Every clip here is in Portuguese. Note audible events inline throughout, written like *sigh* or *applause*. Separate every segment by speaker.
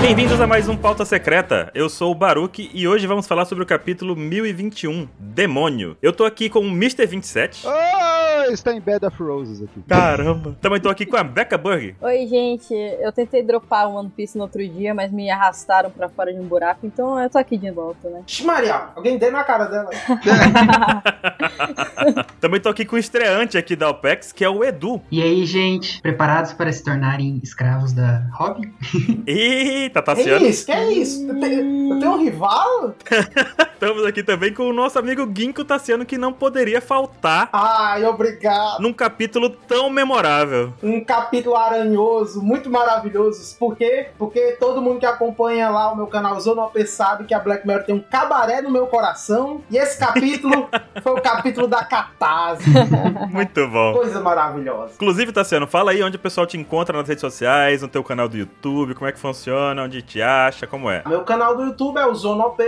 Speaker 1: Bem-vindos a mais um Pauta Secreta. Eu sou o Baruque e hoje vamos falar sobre o capítulo 1021, Demônio. Eu tô aqui com o Mr. 27.
Speaker 2: Oh, está em Bed of Roses aqui.
Speaker 1: Tá. Caramba. Também tô aqui com a Becca Burg.
Speaker 3: Oi, gente. Eu tentei dropar um One Piece no outro dia, mas me arrastaram pra fora de um buraco, então eu tô aqui de volta, né?
Speaker 4: Ximaria, alguém deu na cara dela.
Speaker 1: Também tô aqui com o estreante aqui da OPEX, que é o Edu.
Speaker 5: E aí, gente, preparados para se tornarem escravos da Robin?
Speaker 1: Eita, tá
Speaker 4: Que
Speaker 1: ciando.
Speaker 4: isso? Que isso? Eu tenho, eu tenho um rival?
Speaker 1: Estamos aqui também com o nosso amigo Ginko Tassiano, que não poderia faltar
Speaker 4: Ai, obrigado.
Speaker 1: num capítulo tão memorável.
Speaker 4: Um capítulo aranhoso, muito maravilhoso. Por quê? Porque todo mundo que acompanha lá o meu canal Zonopê sabe que a Black Mirror tem um cabaré no meu coração. E esse capítulo foi o capítulo da catarse.
Speaker 1: Muito bom.
Speaker 4: Coisa maravilhosa.
Speaker 1: Inclusive, Tassiano, fala aí onde o pessoal te encontra nas redes sociais, no teu canal do YouTube, como é que funciona, onde te acha, como é.
Speaker 4: Meu canal do YouTube é o Zonop,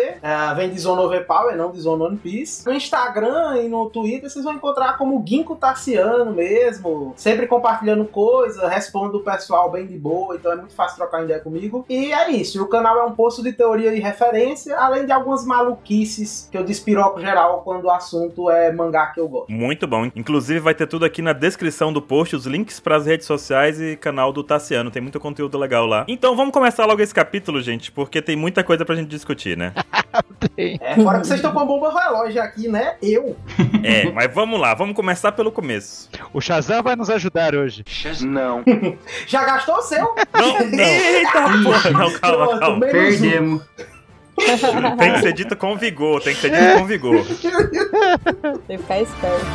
Speaker 4: vem de Zona OV Power, não de Zona One Piece. No Instagram e no Twitter vocês vão encontrar como Guinco Tassiano mesmo, sempre compartilhando coisa, respondo o pessoal bem de boa, então é muito fácil trocar ideia comigo. E é isso, o canal é um posto de teoria e referência, além de algumas maluquices que eu despiroco geral quando o assunto é mangá que eu gosto.
Speaker 1: Muito bom. Inclusive, vai ter tudo aqui na descrição do post, os links pras redes sociais e canal do Tassiano. Tem muito conteúdo legal lá. Então, vamos começar logo esse capítulo, gente, porque tem muita coisa pra gente discutir, né?
Speaker 4: É, fora que vocês estão com a bomba relógio aqui, né? Eu. *laughs*
Speaker 1: É, mas vamos lá, vamos começar pelo começo.
Speaker 2: O Shazam vai nos ajudar hoje.
Speaker 6: Não.
Speaker 4: Já gastou o seu?
Speaker 1: Não, eita, porra! Não, calma,
Speaker 4: Pronto,
Speaker 1: calma.
Speaker 4: menos um.
Speaker 5: Perdemos.
Speaker 1: Tem que ser dito com vigor, tem que ser dito com vigor.
Speaker 3: Tem que ficar esperto.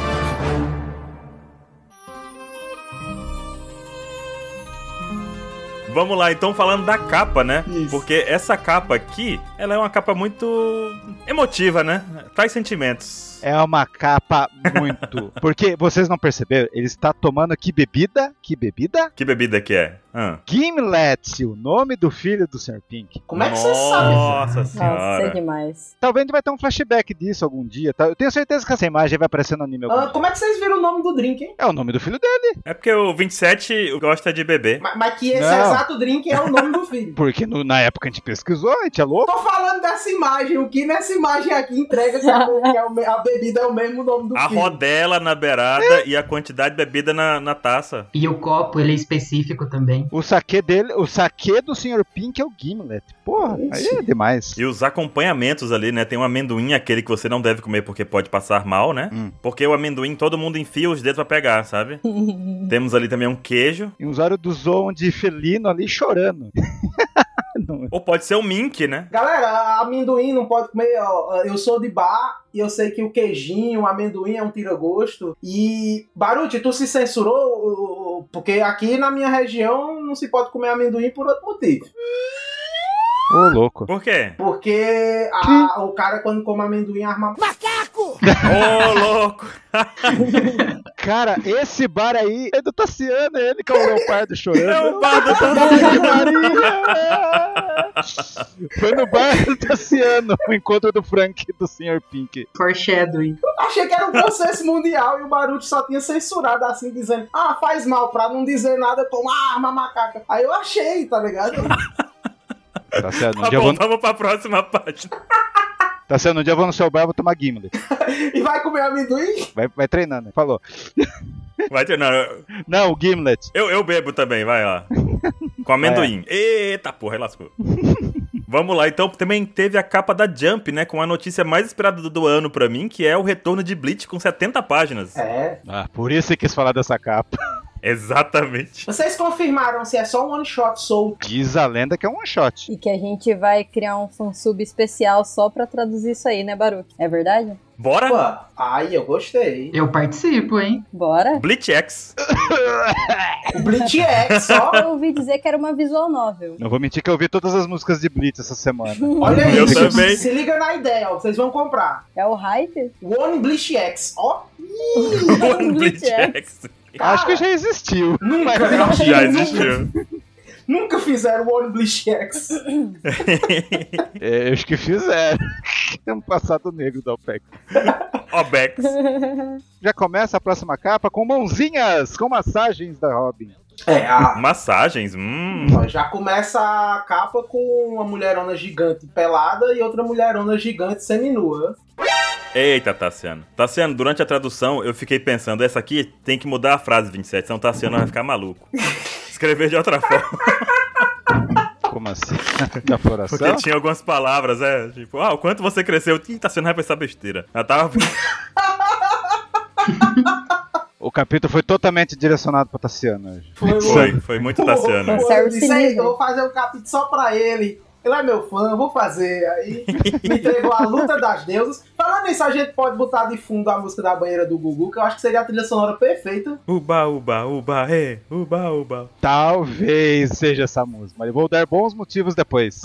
Speaker 1: Vamos lá, então falando da capa, né?
Speaker 4: Isso.
Speaker 1: Porque essa capa aqui, ela é uma capa muito emotiva, né? Traz sentimentos.
Speaker 2: É uma capa muito. Porque vocês não perceberam, ele está tomando que bebida? Que bebida?
Speaker 1: Que bebida que é? Hã?
Speaker 2: Gimlet, o nome do filho do Sr. Pink.
Speaker 4: Como é que você sabe?
Speaker 1: Nossa
Speaker 3: Nossa, sei
Speaker 1: senhora.
Speaker 3: demais. *laughs*
Speaker 2: Talvez a gente vai ter um flashback disso algum dia. tá? Eu tenho certeza que essa imagem vai aparecer no anime algum
Speaker 4: Ah,
Speaker 2: dia.
Speaker 4: como é que vocês viram o nome do drink, hein?
Speaker 2: É o nome do filho dele.
Speaker 1: É porque o 27 gosta de beber.
Speaker 4: Ma- Mas que esse
Speaker 2: Não.
Speaker 4: exato drink é o nome do filho.
Speaker 2: Porque no- na época a gente pesquisou, a gente é louco.
Speaker 4: Tô falando dessa imagem, o que nessa imagem aqui entrega que a, que é o me- a bebida é o mesmo nome do
Speaker 1: A
Speaker 4: filho.
Speaker 1: rodela na beirada e a quantidade de bebida na, na taça.
Speaker 5: E o copo, ele é específico também.
Speaker 2: O saque dele, o saque do Sr. Pink é o Gimlet. Porra, aí é demais.
Speaker 1: E os acompanhamentos ali, né? Tem um amendoim, aquele que você não deve comer porque pode passar mal, né?
Speaker 2: Hum.
Speaker 1: Porque o amendoim todo mundo enfia os dedos pra pegar, sabe? Temos ali também um queijo.
Speaker 2: E um usuário do Zoom de felino ali chorando. *laughs* é.
Speaker 1: Ou pode ser o mink, né?
Speaker 4: Galera, amendoim não pode comer, ó. Eu sou de bar e eu sei que o queijinho, o amendoim é um tira-gosto. E, Baruti, tu se censurou? Porque aqui na minha região não se pode comer amendoim por outro motivo.
Speaker 2: Ô, louco.
Speaker 1: Por
Speaker 4: *laughs*
Speaker 1: quê?
Speaker 4: Porque a- o cara, quando come amendoim, arma.
Speaker 1: Ô, louco!
Speaker 2: Cara, esse bar aí é do Tassiano, é ele que é um o leopardo
Speaker 1: É
Speaker 2: chorando.
Speaker 1: o bar do Tassiano.
Speaker 2: Puta que pariu! Foi no bar do Tassiano, o encontro do Frank e do Sr. Pink.
Speaker 5: Foreshadowing.
Speaker 4: Achei que era um *laughs* consenso mundial e o Baruti só tinha censurado assim, dizendo: Ah, faz mal, pra não dizer nada, toma arma macaca. Aí eu achei, tá *laughs* ligado?
Speaker 2: Tassiano, um
Speaker 1: Tá
Speaker 2: dia eu
Speaker 1: bom,
Speaker 2: vou,
Speaker 1: vamos pra próxima *laughs* página.
Speaker 2: Tassiano, um dia eu vou no seu bar, vou tomar Gimlet.
Speaker 4: E vai comer amendoim?
Speaker 2: Vai, vai treinando, né? Falou.
Speaker 1: Vai ter, não, eu-
Speaker 2: Não, o Gimlet.
Speaker 1: eu, eu bebo também, vai *laughs* lá. Com amendoim. Eita porra, lascou. *laughs* Vamos lá, então também teve a capa da Jump, né? Com a notícia mais esperada do, do ano pra mim, que é o retorno de Bleach com 70 páginas.
Speaker 4: É.
Speaker 2: Ah, por isso você quis falar dessa capa.
Speaker 1: Exatamente.
Speaker 4: Vocês confirmaram se é só um one shot soul.
Speaker 2: Diz a lenda que é um one shot.
Speaker 3: E que a gente vai criar um fansub especial só pra traduzir isso aí, né, Baruque? É verdade?
Speaker 4: Pô,
Speaker 1: Bora?
Speaker 4: aí eu gostei.
Speaker 5: Eu participo, hein?
Speaker 3: Bora?
Speaker 1: Bleach *laughs* X.
Speaker 4: O Bleach é só.
Speaker 3: Eu ouvi dizer que era uma visual novel.
Speaker 2: Não vou mentir que eu ouvi todas as músicas de Blitz essa semana.
Speaker 4: *laughs* Olha
Speaker 1: Eu
Speaker 4: isso.
Speaker 1: também.
Speaker 4: Se liga na ideia, ó. Vocês vão comprar.
Speaker 3: É o
Speaker 1: *laughs*
Speaker 3: hype?
Speaker 4: One Bleach X. Ó.
Speaker 1: One Bleach
Speaker 3: Bleach
Speaker 1: X.
Speaker 4: Cara,
Speaker 2: Acho que já existiu.
Speaker 4: Nunca,
Speaker 2: Mas-
Speaker 1: Já um existiu.
Speaker 4: nunca fizeram One Bleach X.
Speaker 2: É, eu acho que fizeram. *laughs* Tem um passado negro da OPEC.
Speaker 1: Obex.
Speaker 2: Já começa a próxima capa com mãozinhas, com massagens da Robin.
Speaker 4: É,
Speaker 1: Ah.
Speaker 4: a,
Speaker 1: Massagens? Hum.
Speaker 4: Ó, Já começa a capa com uma mulherona gigante pelada e outra mulherona gigante seminua.
Speaker 1: Eita, Tassiano. Tassiano, durante a tradução eu fiquei pensando, essa aqui tem que mudar a frase 27, senão o Tassiano vai ficar *laughs* maluco. Escrever de outra forma,
Speaker 2: Como assim? *laughs* Caporação?
Speaker 1: porque tinha algumas palavras, é, tipo, ah, o quanto você cresceu? Ih, Tassiano vai pensar besteira. Ela tava...
Speaker 2: O capítulo foi totalmente direcionado pra Tassiano hoje.
Speaker 4: Foi,
Speaker 1: Foi, foi *laughs* muito Tassiano.
Speaker 4: Foi, eu
Speaker 3: Serve
Speaker 4: disse,
Speaker 3: cinismo.
Speaker 4: "Ei, eu vou fazer um capítulo só pra ele. Ele é meu fã, eu vou fazer. Aí me entregou a luta das deusas. Falando nisso, a gente pode botar de fundo a música da banheira do Gugu, que eu acho que seria a trilha sonora perfeita. *laughs*
Speaker 1: Uba, uba, uba, é, uba, uba.
Speaker 2: Talvez seja essa música, mas eu vou dar bons motivos depois.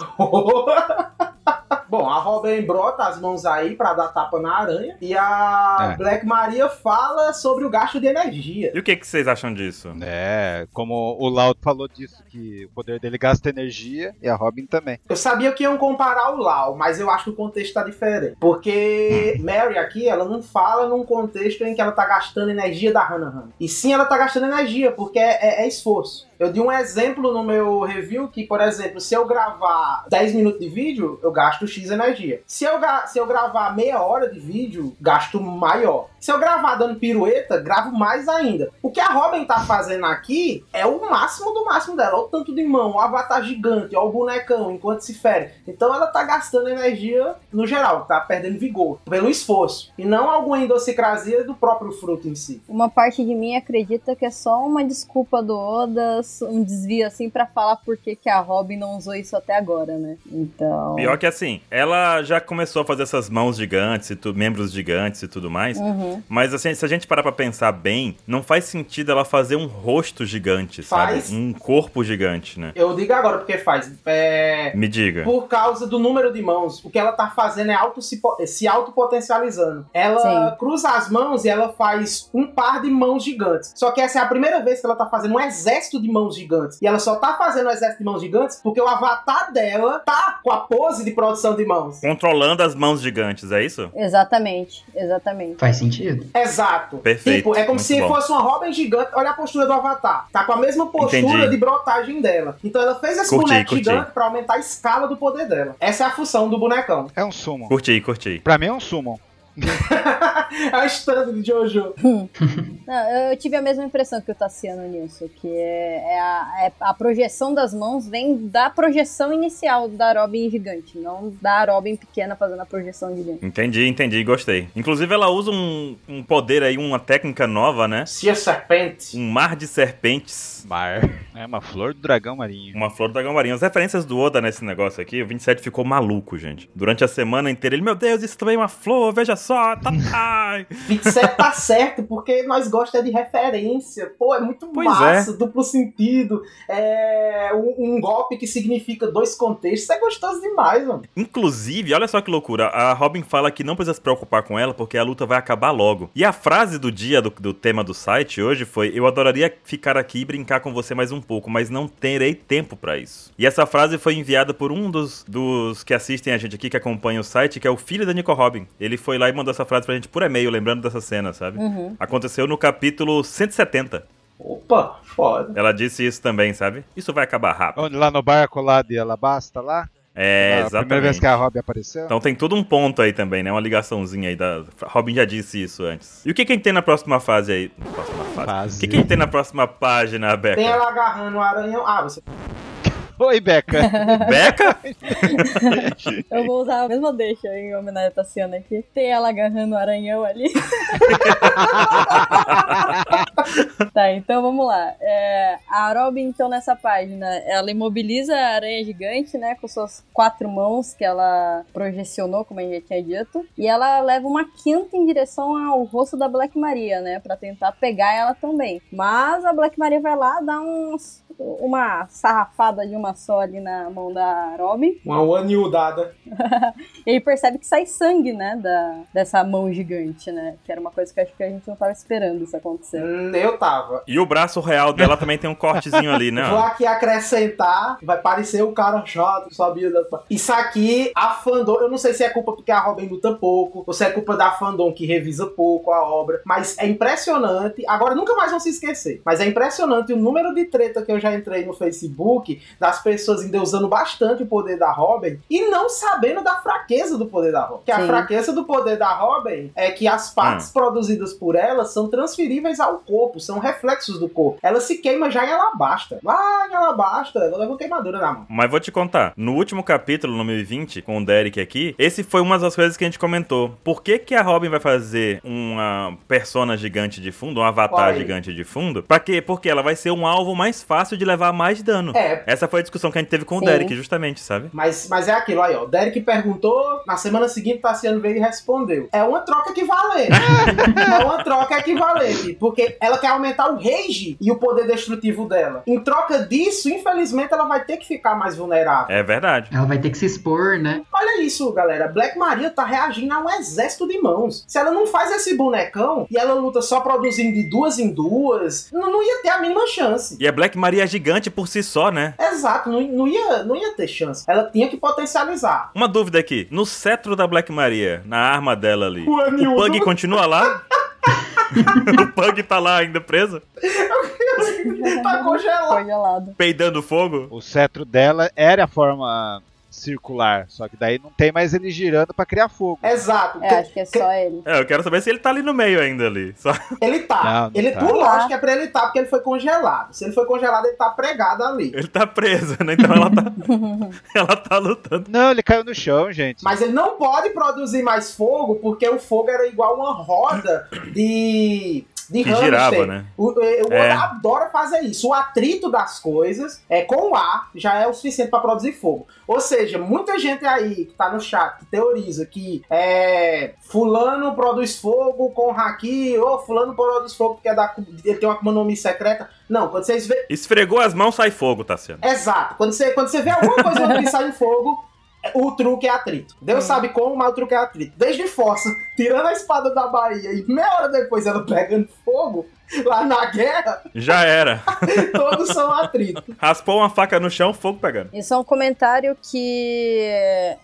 Speaker 4: Bom, a Robin brota as mãos aí pra dar tapa na aranha. E a
Speaker 2: É.
Speaker 4: Black Maria fala sobre o gasto de energia.
Speaker 1: E o que, que vocês acham disso?
Speaker 2: É, como o Laud falou disso, que o poder dele gasta energia e a Robin também.
Speaker 4: Eu sabia que iam comparar o Lau, mas eu acho que o contexto tá diferente. Porque Mary aqui, ela não fala num contexto em que ela tá gastando energia da Hannah Hannah. E sim, ela tá gastando energia, porque é, é- é esforço. Eu dei um exemplo no meu review que, por exemplo, se eu gravar 10 minutos de vídeo, eu gasto X energia. Se eu, ga- se eu gravar meia hora de vídeo, gasto maior. Se eu gravar dando pirueta, gravo mais ainda. O que a Robin tá fazendo aqui é o máximo do máximo dela. Olha o tanto de mão, o avatar gigante, olha o bonecão enquanto se fere. Então ela tá gastando energia no geral, tá perdendo vigor pelo esforço. E não alguma endocicrasia do próprio fruto em si.
Speaker 3: Uma parte de mim acredita que é só uma desculpa do Oda, um desvio assim pra falar por que que a Robin não usou isso até agora, né? Então.
Speaker 1: Pior que assim, ela já começou a fazer essas mãos gigantes, e tu, membros gigantes e tudo mais.
Speaker 3: Uhum.
Speaker 1: Mas assim, se a gente parar pra pensar bem, não faz sentido ela fazer um rosto gigante, sabe?
Speaker 4: Faz.
Speaker 1: Um corpo gigante, né?
Speaker 4: Eu digo agora porque faz. É,
Speaker 1: Me diga.
Speaker 4: Por causa do número de mãos. O que ela tá fazendo é auto se, po- se autopotencializando. Ela cruza as mãos e ela faz um par de mãos gigantes. Só que essa é a primeira vez que ela tá fazendo um exército de mãos gigantes. E ela só tá fazendo um exército de mãos gigantes porque o avatar dela tá com a pose de produção de mãos.
Speaker 1: Controlando as mãos gigantes, é isso?
Speaker 3: Exatamente, exatamente.
Speaker 5: Faz sentido?
Speaker 4: Exato.
Speaker 1: Perfeito,
Speaker 4: Tipo, é como
Speaker 1: muito
Speaker 4: se
Speaker 1: bom.
Speaker 4: fosse uma Robin gigante. Olha a postura do Avatar. Tá com a mesma postura
Speaker 1: Entendi.
Speaker 4: de brotagem dela. Então ela fez esse
Speaker 1: Curti,
Speaker 4: boneco
Speaker 1: curti.
Speaker 4: gigante pra aumentar a escala do poder dela. Essa é a função do bonecão. *laughs*
Speaker 2: É um summon.
Speaker 1: Curti, curti.
Speaker 2: Pra mim é um summon.
Speaker 4: é o stand de Jojo.
Speaker 3: Não, eu- eu tive a mesma impressão que o Tassiano nisso, que é, é a, é a projeção das mãos vem da projeção inicial da Robin gigante, não da Robin pequena fazendo a projeção gigante.
Speaker 1: Entendi, entendi, gostei. Inclusive, ela usa um, um poder aí, uma técnica nova, né?
Speaker 4: Se a serpente.
Speaker 1: Um mar de serpentes.
Speaker 2: Mar. É uma flor do dragão marinho.
Speaker 1: Uma flor do dragão marinho. As referências do Oda nesse negócio aqui, o 27 ficou maluco, gente. Durante a semana inteira, ele, meu Deus, isso também é uma flor, veja só, tá. ai."
Speaker 4: 27 tá certo, porque nós gostamos de referência. Pô, é muito
Speaker 1: Pois
Speaker 4: massa, duplo sentido. É um, um golpe que significa dois contextos. Isso é gostoso demais, mano.
Speaker 1: Inclusive, olha só que loucura. A Robin fala que não precisa se preocupar com ela porque a luta vai acabar logo. E a frase do dia do, do tema do site hoje foi: Eu adoraria ficar aqui e brincar com você mais um pouco, mas não terei tempo pra isso. E essa frase foi enviada por um dos, dos que assistem a gente aqui, que acompanha o site, que é o filho da Nico Robin. Ele foi lá e mandou essa frase pra gente por e-mail, lembrando dessa cena, sabe?
Speaker 3: Uhum.
Speaker 1: Aconteceu no capítulo 170.
Speaker 4: Opa, foda.
Speaker 1: Ela disse isso também, sabe? Isso vai acabar rápido.
Speaker 2: Onde lá no barco lá de Alabasta lá?
Speaker 1: É,
Speaker 2: Ah, a primeira vez
Speaker 1: exatamente.
Speaker 2: que a Robin apareceu?
Speaker 1: Então tem todo um ponto aí também, né? Uma ligaçãozinha aí da. Robin já disse isso antes. E o que que a gente tem na próxima fase aí? Na Próxima fase.
Speaker 2: Fase.
Speaker 1: O que que a gente tem na próxima página, Beca?
Speaker 4: Tem ela agarrando o aranhão. Ah, você.
Speaker 2: Oi, Beca.
Speaker 1: Beca?
Speaker 3: Eu vou usar a mesma deixa em homenagem à Tassiana aqui. Tem ela agarrando o aranhão ali. tá, então vamos lá. É, a Robin, então, nessa página, ela imobiliza a aranha gigante, né? Com suas quatro mãos que ela projecionou, como a gente já tinha dito. E ela leva uma quinta em direção ao rosto da Black Maria, né? Pra tentar pegar ela também. Mas a Black Maria vai lá, dá uns uma sarrafada de uma só ali na mão da Robin.
Speaker 4: Uma anildada.
Speaker 3: ele percebe que sai sangue, né? Da, dessa mão gigante, né? Que era uma coisa que eu acho que a gente não tava esperando isso acontecer.
Speaker 4: Hum, eu tava.
Speaker 1: E o braço real dela também tem um cortezinho ali, né?
Speaker 4: Vou aqui acrescentar, vai parecer o cara chato, sabia? Isso aqui, a fandom, eu não sei se é culpa porque a Robin luta pouco, ou se é culpa da fandom que revisa pouco a obra, mas é impressionante. Agora, nunca mais vão se esquecer, mas é impressionante o número de treta que eu já entrei no Facebook das pessoas endeusando bastante o poder da Robin e não sabendo da fraqueza do poder da Robin. Que a
Speaker 3: Sim.
Speaker 4: fraqueza do poder da Robin é que as partes produzidas por ela são transferíveis ao corpo, são reflexos do corpo. Ela se queima já em alabasta. Lá em alabasta, ela leva uma queimadura na mão.
Speaker 1: Mas vou te contar, no último capítulo, número 20, com o Derek aqui, esse foi uma das coisas que a gente comentou. Por que que a Robin vai fazer uma persona gigante de fundo, um avatar
Speaker 4: Olha aí.
Speaker 1: gigante de fundo? Pra quê? Porque ela vai ser um alvo mais fácil de levar mais dano.
Speaker 4: É.
Speaker 1: Essa foi a discussão que a gente teve com
Speaker 3: Sim.
Speaker 1: o Derek, justamente, sabe?
Speaker 4: Mas, mas é aquilo aí, ó. O Derek perguntou, na semana seguinte Tassiano veio e respondeu. É uma troca equivalente. é uma troca equivalente. Porque ela quer aumentar o rage e o poder destrutivo dela. Em troca disso, infelizmente, ela vai ter que ficar mais vulnerável.
Speaker 1: É verdade.
Speaker 5: Ela vai ter que se expor, né?
Speaker 4: Olha isso, galera. Black Maria tá reagindo a um exército de mãos. Se ela não faz esse bonecão e ela luta só produzindo de duas em duas, não, não ia ter a mínima chance.
Speaker 1: E a Black Maria é gigante por si só, né?
Speaker 4: Exato, não, não ia, não ia ter chance. Ela tinha que potencializar.
Speaker 1: Uma dúvida aqui, no cetro da Black Maria, na arma dela ali,
Speaker 4: O anildo.
Speaker 1: o Pug continua lá? *laughs* o Pug tá lá ainda preso,
Speaker 4: *laughs*
Speaker 3: *laughs*
Speaker 4: tá congelado.
Speaker 3: Congelado.
Speaker 1: peidando fogo?
Speaker 2: O cetro dela era a forma circular, só que daí não tem mais ele girando pra criar fogo.
Speaker 4: Exato.
Speaker 3: É, acho que é só ele.
Speaker 1: É, eu quero saber se ele tá ali no meio ainda ali. Só... *laughs*
Speaker 4: Ele tá.
Speaker 2: Não, não
Speaker 4: ele,
Speaker 2: tá.
Speaker 4: por
Speaker 3: Tá.
Speaker 4: lógica, é pra ele tá, porque ele foi congelado. Se ele foi congelado, ele tá pregado ali.
Speaker 1: Ele tá preso, né? Então ela tá, *laughs*
Speaker 3: *laughs*
Speaker 1: ela tá lutando.
Speaker 2: Não, ele caiu no chão, gente.
Speaker 4: Mas ele não pode produzir mais fogo, porque o fogo era igual uma roda de. De
Speaker 1: Que
Speaker 4: hamster.
Speaker 1: girava, né?
Speaker 4: O, é, o
Speaker 1: É.
Speaker 4: Oda adora fazer isso. O atrito das coisas é com o ar já é o suficiente para produzir fogo. Ou seja, muita gente aí que tá no chat que teoriza que é, fulano produz fogo com haki, ou fulano produz fogo porque é da, ele tem uma Akuma no Mi secreta. Não, quando vocês vê,
Speaker 1: Esfregou as mãos, sai fogo, Tassiano.
Speaker 4: Exato. Quando você, quando você vê alguma coisa no sai em fogo, o truque é atrito. Deus sabe como, mas o truque é atrito. Desde força, tirando a espada da Bahia e meia hora depois ela pegando fogo, lá na guerra,
Speaker 1: Já era.
Speaker 4: todos são atrito.
Speaker 1: Raspou uma faca no chão, fogo pegando.
Speaker 3: Isso é um comentário que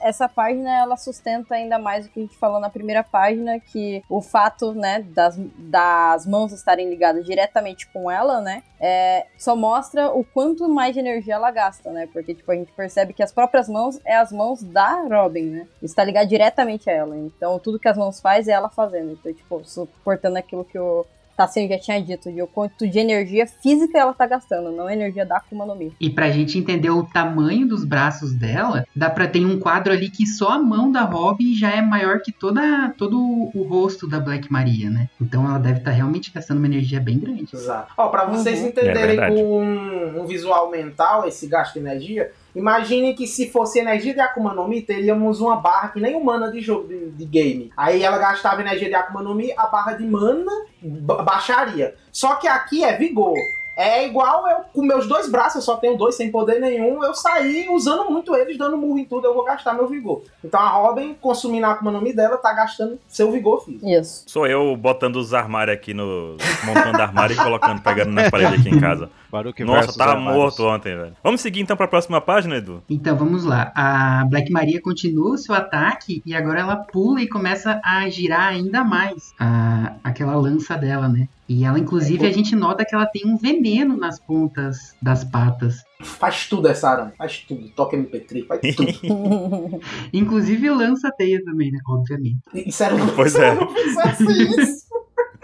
Speaker 3: essa página ela sustenta ainda mais o que a gente falou na primeira página, que o fato né, das, das mãos estarem ligadas diretamente com ela, né? é, só mostra o quanto mais de energia ela gasta, né? Porque tipo, a gente percebe que as próprias mãos é as mãos da Robin, né? Está ligado diretamente a ela. Então tudo que as mãos faz é ela fazendo. Então, tipo, suportando aquilo que o. Tassi já tinha dito, de o quanto de energia física ela tá gastando, não energia da Akuma no Mi.
Speaker 5: E pra gente entender o tamanho dos braços dela, dá pra ter um quadro ali que só a mão da Robin já é maior que toda, todo o rosto da Black Maria, né? Então ela deve estar realmente gastando uma energia bem grande.
Speaker 4: Exato. Ó, pra vocês
Speaker 3: Uhum.
Speaker 1: É
Speaker 4: entenderem
Speaker 1: verdade.
Speaker 4: com um, um visual mental, esse gasto de energia, imagine que se fosse energia de Akuma no Mi, teríamos uma barra que nem humana de jogo, de, de game. Aí ela gastava energia de Akuma no Mi, a barra de mana ba- baixaria. Só que aqui é vigor. É igual eu com meus dois braços, eu só tenho dois sem poder nenhum. Eu saí usando muito eles, dando murro em tudo, eu vou gastar meu vigor. Então a Robin, consumindo a Akuma no Mi dela, tá gastando seu vigor físico.
Speaker 3: Isso.
Speaker 1: Sou eu botando os armários aqui no. montando armário e colocando, pegando na parede aqui em casa.
Speaker 2: Baruque
Speaker 1: Nossa,
Speaker 2: versus
Speaker 1: tava
Speaker 2: armários.
Speaker 1: morto ontem, velho. Vamos seguir então pra próxima página, Edu?
Speaker 5: Então vamos lá. A Black Maria continua o seu ataque e agora ela pula e começa a girar ainda mais a- aquela lança dela, né? E ela, inclusive, a gente nota que ela tem um veneno nas pontas das patas.
Speaker 4: Faz tudo essa aranha, faz tudo. Toca MP3, faz tudo.
Speaker 5: Inclusive lança teia também, né? Obviamente.
Speaker 4: Isso era um...
Speaker 1: Pois
Speaker 4: se
Speaker 1: é.
Speaker 4: eu não fizesse isso,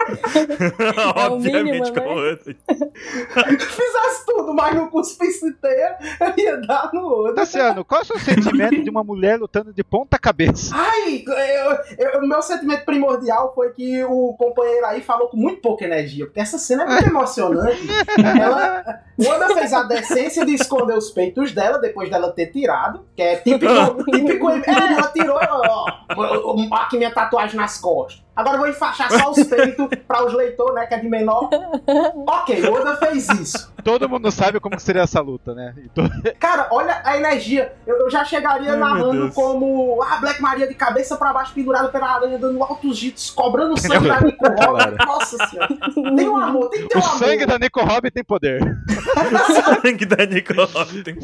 Speaker 3: o mínimo,
Speaker 1: Obviamente
Speaker 3: né?
Speaker 1: com
Speaker 4: fizesse tudo, mas não cuspisse inteiro, eu ia dar no outro.
Speaker 2: Tassiano, qual é o seu sentimento de uma mulher lutando de ponta cabeça?
Speaker 4: Ai, eu- eu- o meu sentimento primordial foi que o companheiro aí falou com muito pouca energia, porque essa cena é muito emocionante. Ela, o Oda fez a decência de
Speaker 3: *laughs*
Speaker 4: esconder os peitos dela depois dela ter tirado, que é típico. típico é, ela tirou, ó, Eu- eu- Aqui minha tatuagem nas costas. Agora eu vou enfaixar só os peitos pra os leitores, né? Que é de menor. Ok, o Oda fez isso.
Speaker 2: Todo mundo sabe como seria essa luta, né? E to-
Speaker 4: Cara, olha a energia. Eu, eu já chegaria
Speaker 1: Ai, meu
Speaker 4: narrando
Speaker 1: Deus.
Speaker 4: como a Black Maria de cabeça pra baixo, pendurada pela aranha, dando altos jitos, cobrando
Speaker 1: *laughs*
Speaker 4: sangue da Nico Robin. Nossa senhora. Tem um amor, tem que ter um
Speaker 2: O
Speaker 4: amor.
Speaker 2: sangue da Nico Robin tem poder.
Speaker 1: sangue da Nicole Robin.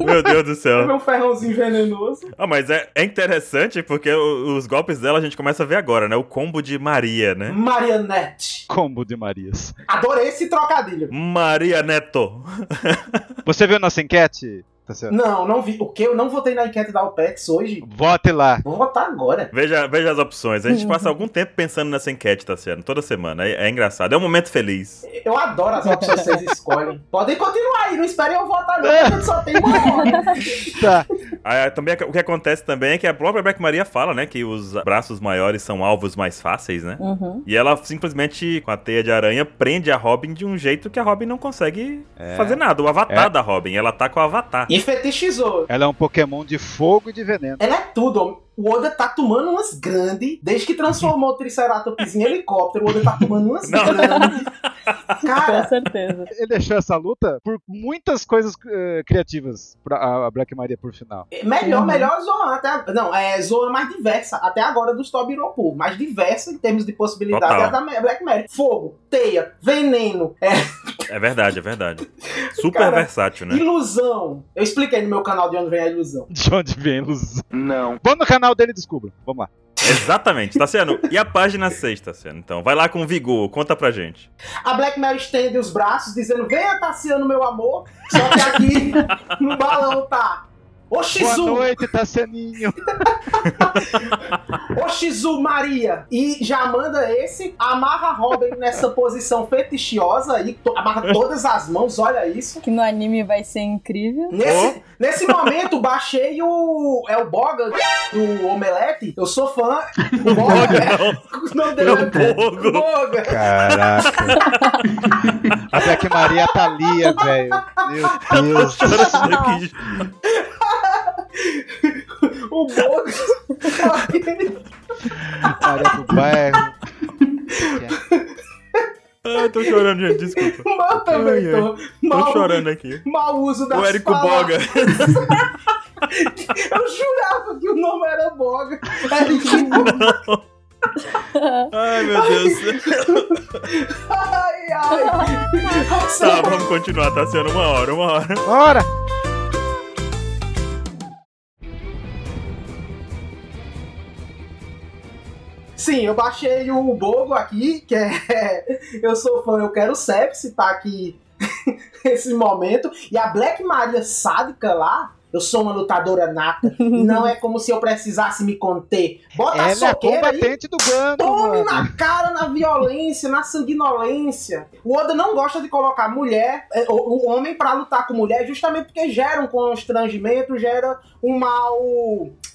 Speaker 1: Meu Deus do
Speaker 4: É
Speaker 1: céu.
Speaker 4: Meu ferrãozinho venenoso.
Speaker 1: Ah, mas é, é interessante porque o- os golpes dela a gente começa a ver agora, né? O combo de Maria, né?
Speaker 4: Marionete.
Speaker 2: Combo de Marias.
Speaker 4: Adorei esse trocadilho.
Speaker 1: Maria Neto.
Speaker 2: Você viu nossa enquete? Tassiano?
Speaker 4: Não, não vi. O que? Eu não votei na enquete da OPEX hoje.
Speaker 2: Vote lá.
Speaker 4: Vou votar agora.
Speaker 1: Veja, veja as opções. A gente passa algum tempo pensando nessa enquete, tá sendo? Toda semana. É, é engraçado. É um momento feliz.
Speaker 4: Eu adoro as opções que vocês escolhem. Podem continuar aí, não esperem eu votar,
Speaker 2: *laughs*
Speaker 4: não, porque eu só tenho uma hora.
Speaker 2: Tá.
Speaker 1: Ah, também, o que acontece também é que a própria Black Maria fala, né? Que os braços maiores são alvos mais fáceis, né?
Speaker 3: Uhum.
Speaker 1: E ela simplesmente, com a teia de aranha, prende a Robin de um jeito que a Robin não consegue fazer nada. O avatar da Robin, ela tá com o avatar.
Speaker 4: É. E fetichizou.
Speaker 2: Ela é um Pokémon de fogo e de veneno.
Speaker 4: Ela é tudo. homem. O Oda tá tomando umas grandes. Desde que transformou o Triceratops em helicóptero, o Oda tá tomando umas
Speaker 1: Não.
Speaker 4: grandes.
Speaker 3: Com
Speaker 4: Cara,
Speaker 3: certeza.
Speaker 2: Ele deixou essa luta por muitas coisas eh, criativas pra a- a Black Maria por final.
Speaker 4: é melhor,
Speaker 3: Uhum.
Speaker 4: melhor zona. Até, não, é zona mais diversa até agora dos Tobiropu. Mais diversa em termos de possibilidade
Speaker 1: Total.
Speaker 4: é a da Ma- Black Mary. Fogo, teia, veneno, é,
Speaker 1: É verdade, é
Speaker 4: *laughs*
Speaker 1: verdade. Super
Speaker 4: Cara,
Speaker 1: versátil, né?
Speaker 4: ilusão. Eu expliquei no meu canal de onde vem a ilusão.
Speaker 2: De onde vem a ilusão? Não. Vamos no canal dele e descubra. Vamos lá.
Speaker 1: Exatamente, tá sendo. E a página 6, tá sendo. Então, vai lá com vigor, conta pra gente.
Speaker 4: A Black Mary estende os braços, dizendo: Venha, Tassiano, meu amor. Só que aqui *laughs* no balão tá.
Speaker 2: Boa
Speaker 4: Oxizu,
Speaker 2: noite, Tassianinho.
Speaker 4: Oxizu Maria. E já manda esse, amarra Robin
Speaker 1: *laughs*
Speaker 4: nessa posição fetichiosa aí, to- amarra todas as mãos, olha isso.
Speaker 3: Que no anime vai ser
Speaker 4: *laughs*
Speaker 3: incrível.
Speaker 4: Nesse, nesse momento, baixei o. É o Boga do Omelete. Eu sou fã. O Boga.
Speaker 1: Não,
Speaker 4: O nome dele é
Speaker 1: não, Bogo.
Speaker 2: *laughs*
Speaker 4: Boga.
Speaker 2: Caraca. A Black Maria
Speaker 4: *laughs*
Speaker 2: Thalia, velho. *laughs* Meu Deus.
Speaker 1: *laughs*
Speaker 4: O Boga.
Speaker 2: Maria do bairro.
Speaker 1: Ai, tô chorando, gente, desculpa.
Speaker 4: Mal também,
Speaker 1: Ai, ai.
Speaker 4: tô. Mal,
Speaker 1: Tô chorando aqui.
Speaker 4: Mal uso da
Speaker 1: O Érico Boga.
Speaker 4: Eu jurava que o nome era Boga. Eric-
Speaker 1: Ai, meu Deus.
Speaker 4: ai, ai.
Speaker 1: Tá, vamos continuar, tá sendo uma hora, uma hora.
Speaker 2: Bora!
Speaker 4: Sim, eu baixei o Bogo aqui, que é. *laughs* Eu sou fã, eu quero sepsi, tá aqui *laughs* nesse momento. E a Black Maria sádica lá. Eu sou uma
Speaker 2: *laughs*
Speaker 4: lutadora nata. e Não é como se eu precisasse me conter. Bota a
Speaker 2: Ela é a
Speaker 4: soqueira aí.
Speaker 2: combatente do bando,
Speaker 4: Tome
Speaker 2: Tá mano.
Speaker 4: na cara, na violência, na sanguinolência. O Oda não gosta de colocar mulher, eh, o o homem pra lutar com mulher, justamente porque gera um constrangimento, gera um mal.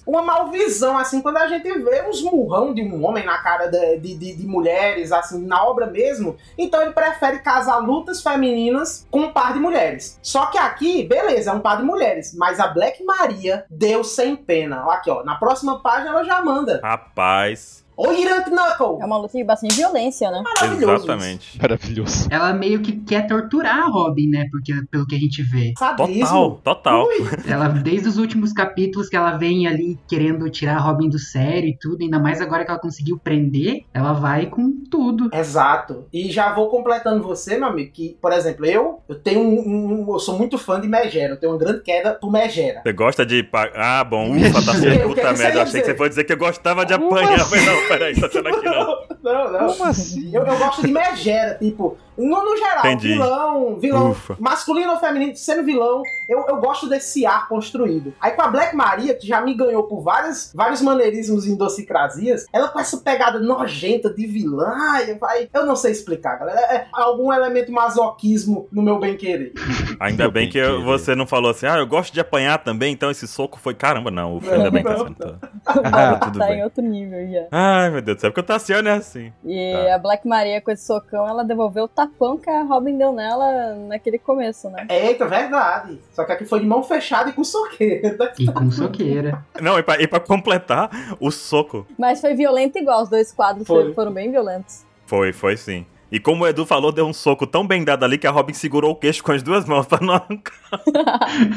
Speaker 4: Uma malvisão, assim, quando a gente vê uns murrão de um homem na cara da- de, de- de mulheres, assim, na obra mesmo, então ele prefere casar lutas femininas com um par de mulheres. Só que aqui, beleza, é um par de mulheres, mas a Black Maria deu sem pena. Ó, Aqui, ó, na próxima página ela já manda.
Speaker 1: Rapaz,
Speaker 4: Ô, Irant Knuckle!
Speaker 3: É uma luta de bastante violência, né?
Speaker 4: Maravilhoso
Speaker 1: exatamente.
Speaker 2: Maravilhoso.
Speaker 5: Ela meio que quer torturar a Robin, né? Porque pelo que a gente vê.
Speaker 4: isso. Sadismo.
Speaker 1: Total, total.
Speaker 4: Ui,
Speaker 5: Ela, desde os últimos capítulos que ela vem ali querendo tirar a Robin do sério e tudo, ainda mais agora que ela conseguiu prender, ela vai com tudo.
Speaker 4: Exato. E já vou completando você, meu amigo, que, por exemplo, eu, eu tenho um, um- um- Eu sou muito fã de Megera. Eu tenho uma grande queda por Megera.
Speaker 1: Você gosta de. pa- Ah, bom, ufa, tá
Speaker 4: *laughs* Eu
Speaker 1: sendo
Speaker 4: quero
Speaker 1: puta
Speaker 4: que você
Speaker 1: merda.
Speaker 4: ia
Speaker 1: Eu achei que
Speaker 4: dizer.
Speaker 1: você foi dizer que eu gostava de
Speaker 2: Como
Speaker 1: apanhar,
Speaker 2: assim?
Speaker 1: mas não, peraí, tá sendo aqui não.
Speaker 4: *laughs* não, não.
Speaker 2: Como assim?
Speaker 4: Eu, eu gosto de Megera, tipo, no, no geral,
Speaker 1: Entendi.
Speaker 4: vilão, vilão.
Speaker 1: Ufa.
Speaker 4: Masculino ou feminino, sendo vilão, eu, eu gosto desse ar construído. Aí com a Black Maria, que já me ganhou por várias, vários maneirismos e endocicrasias, ela com essa pegada nojenta de vilã, ai, vai. Eu não sei explicar, galera. É é algum elemento masoquismo no meu bem querer.
Speaker 1: Ainda
Speaker 2: Meu
Speaker 1: bem
Speaker 2: bem
Speaker 1: que eu-
Speaker 2: querido.
Speaker 1: você não falou assim, ah, eu gosto de apanhar também, então esse soco foi. Caramba, não, ufa,
Speaker 4: Não,
Speaker 1: ainda bem que tá
Speaker 4: não.
Speaker 1: sendo.
Speaker 3: O Boga
Speaker 1: tudo
Speaker 3: tá
Speaker 1: bem.
Speaker 3: em outro nível já.
Speaker 1: Ai, meu Deus do céu, porque o Tassiano é sim.
Speaker 3: E
Speaker 2: Tá.
Speaker 3: a Black Maria com esse socão, ela devolveu o tapão que a Robin deu nela naquele começo, né?
Speaker 4: Eita, verdade. Só que aqui foi de mão fechada e com soqueira.
Speaker 5: E com soqueira.
Speaker 1: Não, e pra, e pra completar, o soco.
Speaker 3: Mas foi violento igual, os dois quadros
Speaker 4: Foi.
Speaker 3: foram- foram bem violentos.
Speaker 1: Foi, foi sim. E como o Edu falou, deu um soco tão bem dado ali que a Robin segurou o queixo com as duas mãos *laughs* pra não,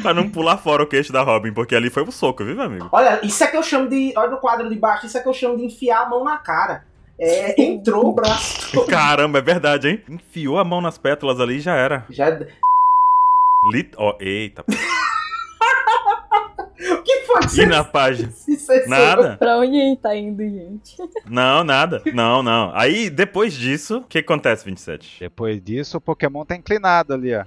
Speaker 1: pra não pular fora o queixo da Robin, porque ali foi um soco, viu, meu amigo?
Speaker 4: Olha, isso é que eu chamo de. Olha no quadro de baixo, isso é que eu chamo de enfiar a mão na cara. É, entrou o braço *laughs* todo.
Speaker 1: Caramba, é verdade, hein? Enfiou a mão nas pétalas ali e já era.
Speaker 4: Já...
Speaker 1: Lit... Ó, eita.
Speaker 4: O que foi que
Speaker 1: E
Speaker 4: você
Speaker 1: na página?
Speaker 4: Isso é
Speaker 1: Nada?
Speaker 3: pra onde tá indo, gente?
Speaker 1: Não, nada. Não, não. Aí, depois disso, o que acontece, 27?
Speaker 2: Depois disso, o Pokémon tá inclinado ali, ó.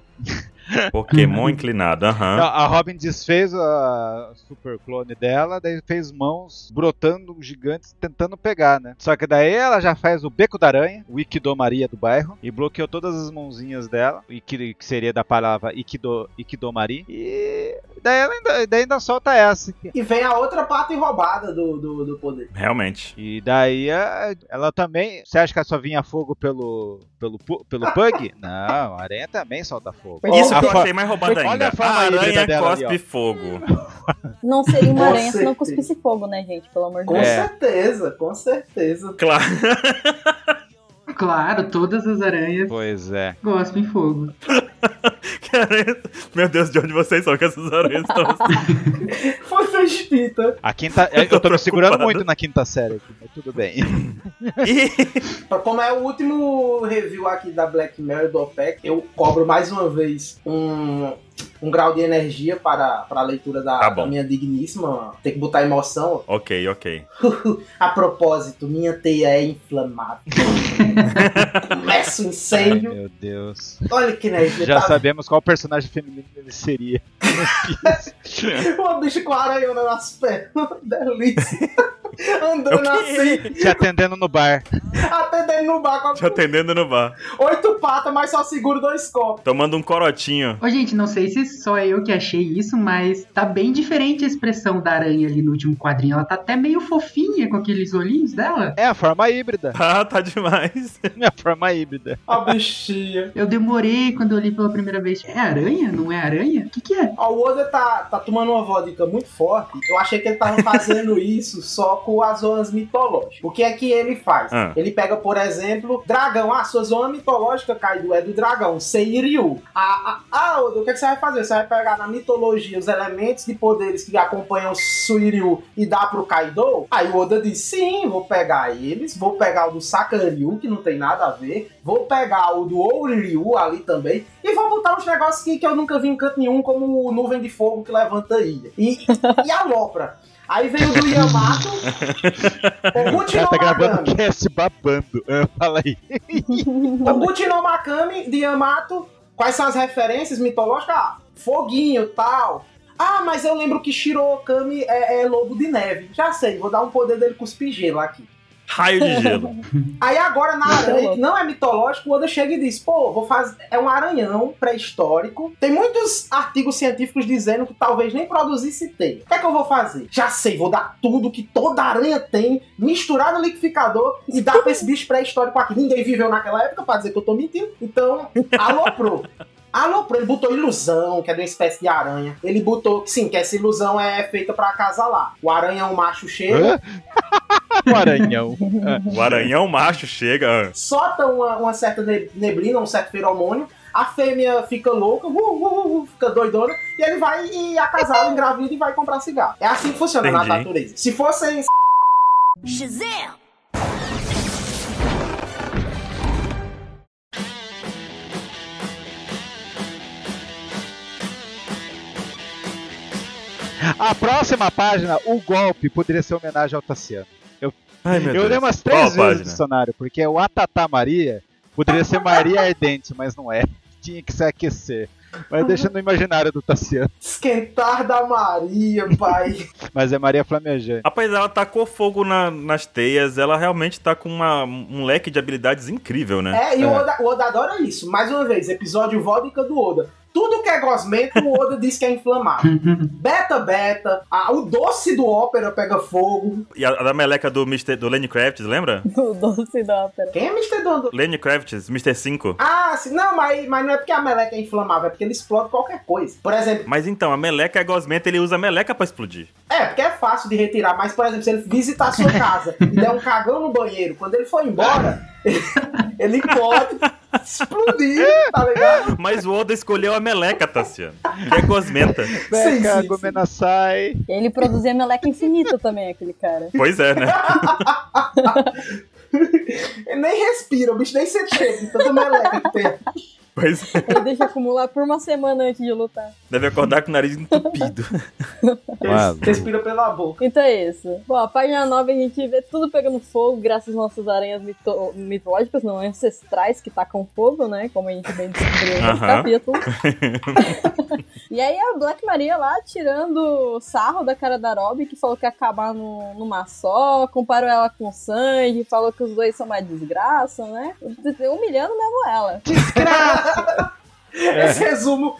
Speaker 1: Pokémon inclinado, aham.
Speaker 2: É Não, a Robin desfez a super clone dela, daí fez mãos brotando gigantes tentando pegar, né? Só que daí ela já faz o beco da aranha, o Ikido Maria do bairro, e bloqueou todas as mãozinhas dela, Ikido, que seria da palavra Ikido, Ikidomari, e daí ela ainda, daí ainda solta essa.
Speaker 4: E vem a outra parte roubada do, do, do poder.
Speaker 1: Realmente.
Speaker 2: E daí a- ela também. Você acha que ela só vinha fogo pelo, pelo, pu- pelo Pug? Não, a aranha também solta fogo.
Speaker 3: Ó,
Speaker 1: Isso que eu
Speaker 2: a fa-
Speaker 1: achei mais roubado
Speaker 2: Olha
Speaker 1: ainda.
Speaker 2: a forma híbrida
Speaker 1: aranha
Speaker 2: dela ali,
Speaker 1: cospe fogo.
Speaker 3: Não seria uma
Speaker 4: Com
Speaker 3: aranha se não
Speaker 4: certeza.
Speaker 3: cuspisse fogo, né, gente? Pelo amor de
Speaker 4: Com
Speaker 2: É.
Speaker 3: Deus.
Speaker 4: certeza, com certeza.
Speaker 1: Claro. *laughs*
Speaker 5: Claro, todas as aranhas
Speaker 2: Pois é.
Speaker 5: gospem fogo.
Speaker 1: Que aranha- Meu Deus, de onde vocês são que essas aranhas estão?
Speaker 4: Foi festita.
Speaker 2: A quinta, eu tô,
Speaker 1: tô
Speaker 2: me segurando
Speaker 1: preocupado.
Speaker 2: muito na quinta série aqui, mas tudo bem.
Speaker 1: assim? Ih,
Speaker 4: Como é o último review aqui da Black Mirror do OPEC, eu cobro mais uma vez um, um grau de energia para, para a leitura da,
Speaker 1: Tá bom.
Speaker 4: da minha digníssima. Tem que botar emoção.
Speaker 1: ok, ok.
Speaker 4: A propósito, minha teia
Speaker 1: *laughs*
Speaker 4: é inflamável. Começa o
Speaker 2: Ai,
Speaker 4: incêndio.
Speaker 2: meu Deus.
Speaker 4: Olha que energia.
Speaker 2: Já
Speaker 4: tá
Speaker 2: sabemos qual personagem feminino ele seria.
Speaker 1: *laughs*
Speaker 4: Uma bicha com aranhona nas pernas. Delícia. Andando assim,
Speaker 2: Te atendendo no bar.
Speaker 4: atendendo no bar
Speaker 1: Te
Speaker 4: com
Speaker 1: atendendo no bar.
Speaker 4: oito patas, mas só seguro dois copos.
Speaker 1: Tomando um corotinho.
Speaker 5: Ô, gente, não sei se só eu que achei isso, mas tá bem diferente a expressão da aranha ali no último quadrinho. Ela tá até meio fofinha com aqueles olhinhos dela.
Speaker 2: É a forma híbrida.
Speaker 1: Ah, tá demais. *laughs*
Speaker 2: É a forma híbrida.
Speaker 4: A
Speaker 5: *laughs*
Speaker 4: bichinha.
Speaker 5: Eu demorei quando eu li pela primeira vez. É aranha? Não é aranha? O que, que é? *laughs*
Speaker 4: Ó, O Oda tá, tá tomando uma vodka muito forte. Eu achei que ele tava fazendo isso só com as zonas mitológicas. O que é que ele faz?
Speaker 1: Ah.
Speaker 4: Ele pega, por exemplo, dragão. Ah, sua zona mitológica, Kaido, é do dragão, Seiryu. Ah, ah, ah, Oda, o que, é que você vai fazer? Você vai pegar na mitologia os elementos de poderes que acompanham Suiryu e dá pro Kaido? Aí o Oda diz, sim, vou pegar eles, vou pegar o do Sakaryu, que não tem nada a ver, vou pegar o do Ouryu ali também, e vão botar uns negócios que, que eu nunca vi em canto nenhum, como o nuvem de fogo que levanta a ilha. E, e a Lopra. Aí veio o do Yamato. o
Speaker 2: O cara tá gravando
Speaker 4: Gutinomagami.
Speaker 2: o cast babando. Ah, Fala aí.
Speaker 3: Uhum. *laughs*
Speaker 4: O Gutinomagami de Yamato. Quais são as referências mitológicas? Ah, foguinho tal. Ah, mas eu lembro que Shirokami é, é lobo de neve. Já sei, vou dar um poder dele cuspir gelo aqui.
Speaker 1: Raio de gelo.
Speaker 4: Aí agora na
Speaker 3: Muito
Speaker 4: aranha,
Speaker 3: louco.
Speaker 4: que não é mitológico, o Oda chega e diz: pô, vou fazer. É um aranhão pré-histórico. Tem muitos artigos científicos dizendo que talvez nem produzisse teia. O que é que eu vou fazer? Já sei, vou dar tudo que toda aranha tem, misturar no liquidificador e dar pra esse bicho pré-histórico aqui. Ninguém viveu naquela época pra dizer que eu tô mentindo. Então, aloprou. Aloprou, ele botou ilusão, que é de uma espécie de aranha. Ele botou, sim, que essa ilusão é feita pra acasalar. O aranha é um macho cheio,
Speaker 2: Hã? *laughs* O aranhão.
Speaker 1: O aranhão macho chega. ah.
Speaker 4: solta uma, uma certa ne- neblina, um certo feromônio, a fêmea fica louca, uh, uh, uh, uh, fica doidona, e ele vai e acasala, engravida e vai comprar cigarro. É assim que funciona na
Speaker 1: Entendi.
Speaker 4: natureza. Se fossem
Speaker 2: A próxima página, o golpe, poderia ser homenagem ao Tassiano.
Speaker 1: Ai, meu
Speaker 2: Eu
Speaker 1: Deus.
Speaker 2: dei umas
Speaker 1: Qual a
Speaker 2: três vezes no
Speaker 1: página?
Speaker 2: dicionário, porque o Atatá Maria poderia ser Maria Ardente, mas não é. Tinha que se aquecer. Mas deixa no imaginário do Tassiano.
Speaker 4: esquentar da Maria, pai.
Speaker 2: Mas é Maria Flamejante.
Speaker 1: Rapaz, ela tacou fogo na- nas teias. Ela realmente tá com uma- um leque de habilidades incrível, né?
Speaker 4: é, e
Speaker 2: É.
Speaker 4: O, Oda, o Oda adora isso. Mais uma vez, episódio vodka do Oda. Tudo que é gosmento, o Oda diz que é
Speaker 5: *laughs*
Speaker 4: inflamável. Beta Beta, a- o doce do ópera pega fogo.
Speaker 1: E a, a da meleca do, Mr., do Lenny Kravitz, lembra?
Speaker 3: do doce da ópera.
Speaker 4: Quem é Mr. Dondo?
Speaker 1: Lenny Kravitz, Mr. 5.
Speaker 4: Ah, sim. Não, mas, mas não é porque a meleca é inflamável, é porque ele explode qualquer coisa. Por exemplo,
Speaker 1: Mas então, a meleca é gosmenta, ele usa a meleca pra explodir.
Speaker 4: é, porque é fácil de retirar, mas, por exemplo, se ele visitar *laughs* a sua casa e der um cagão no banheiro, quando ele for *laughs* embora, ele pode explodir, tá ligado?
Speaker 1: Mas o Oda escolheu a meleca, Tassiano, que é gosmenta.
Speaker 4: Sim, sim,
Speaker 2: Pega,
Speaker 4: sim.
Speaker 2: Né, Gomena sai.
Speaker 3: Ele produzia meleca infinita também, aquele cara.
Speaker 1: Pois é, né?
Speaker 4: Ele nem respira, o bicho nem sente cheiro, de tanta meleca que tem.
Speaker 1: Pois é.
Speaker 3: Ele deixa acumular por uma semana antes de lutar.
Speaker 1: Deve acordar com o nariz entupido.
Speaker 2: Mas-
Speaker 4: Res- Respira pela boca.
Speaker 3: Então é isso. Bom, a página 9 a gente vê tudo pegando fogo, graças às nossas aranhas mito- mitológicas, não é? ancestrais, que tacam fogo, né? Como a gente bem descobriu no
Speaker 1: Aham.
Speaker 3: capítulo. e aí a Black Maria lá tirando sarro da cara da Rob, que falou que ia acabar no, numa só, comparou ela com o Sanji, falou que os dois são uma desgraça, né? Humilhando mesmo ela.
Speaker 4: Esse resumo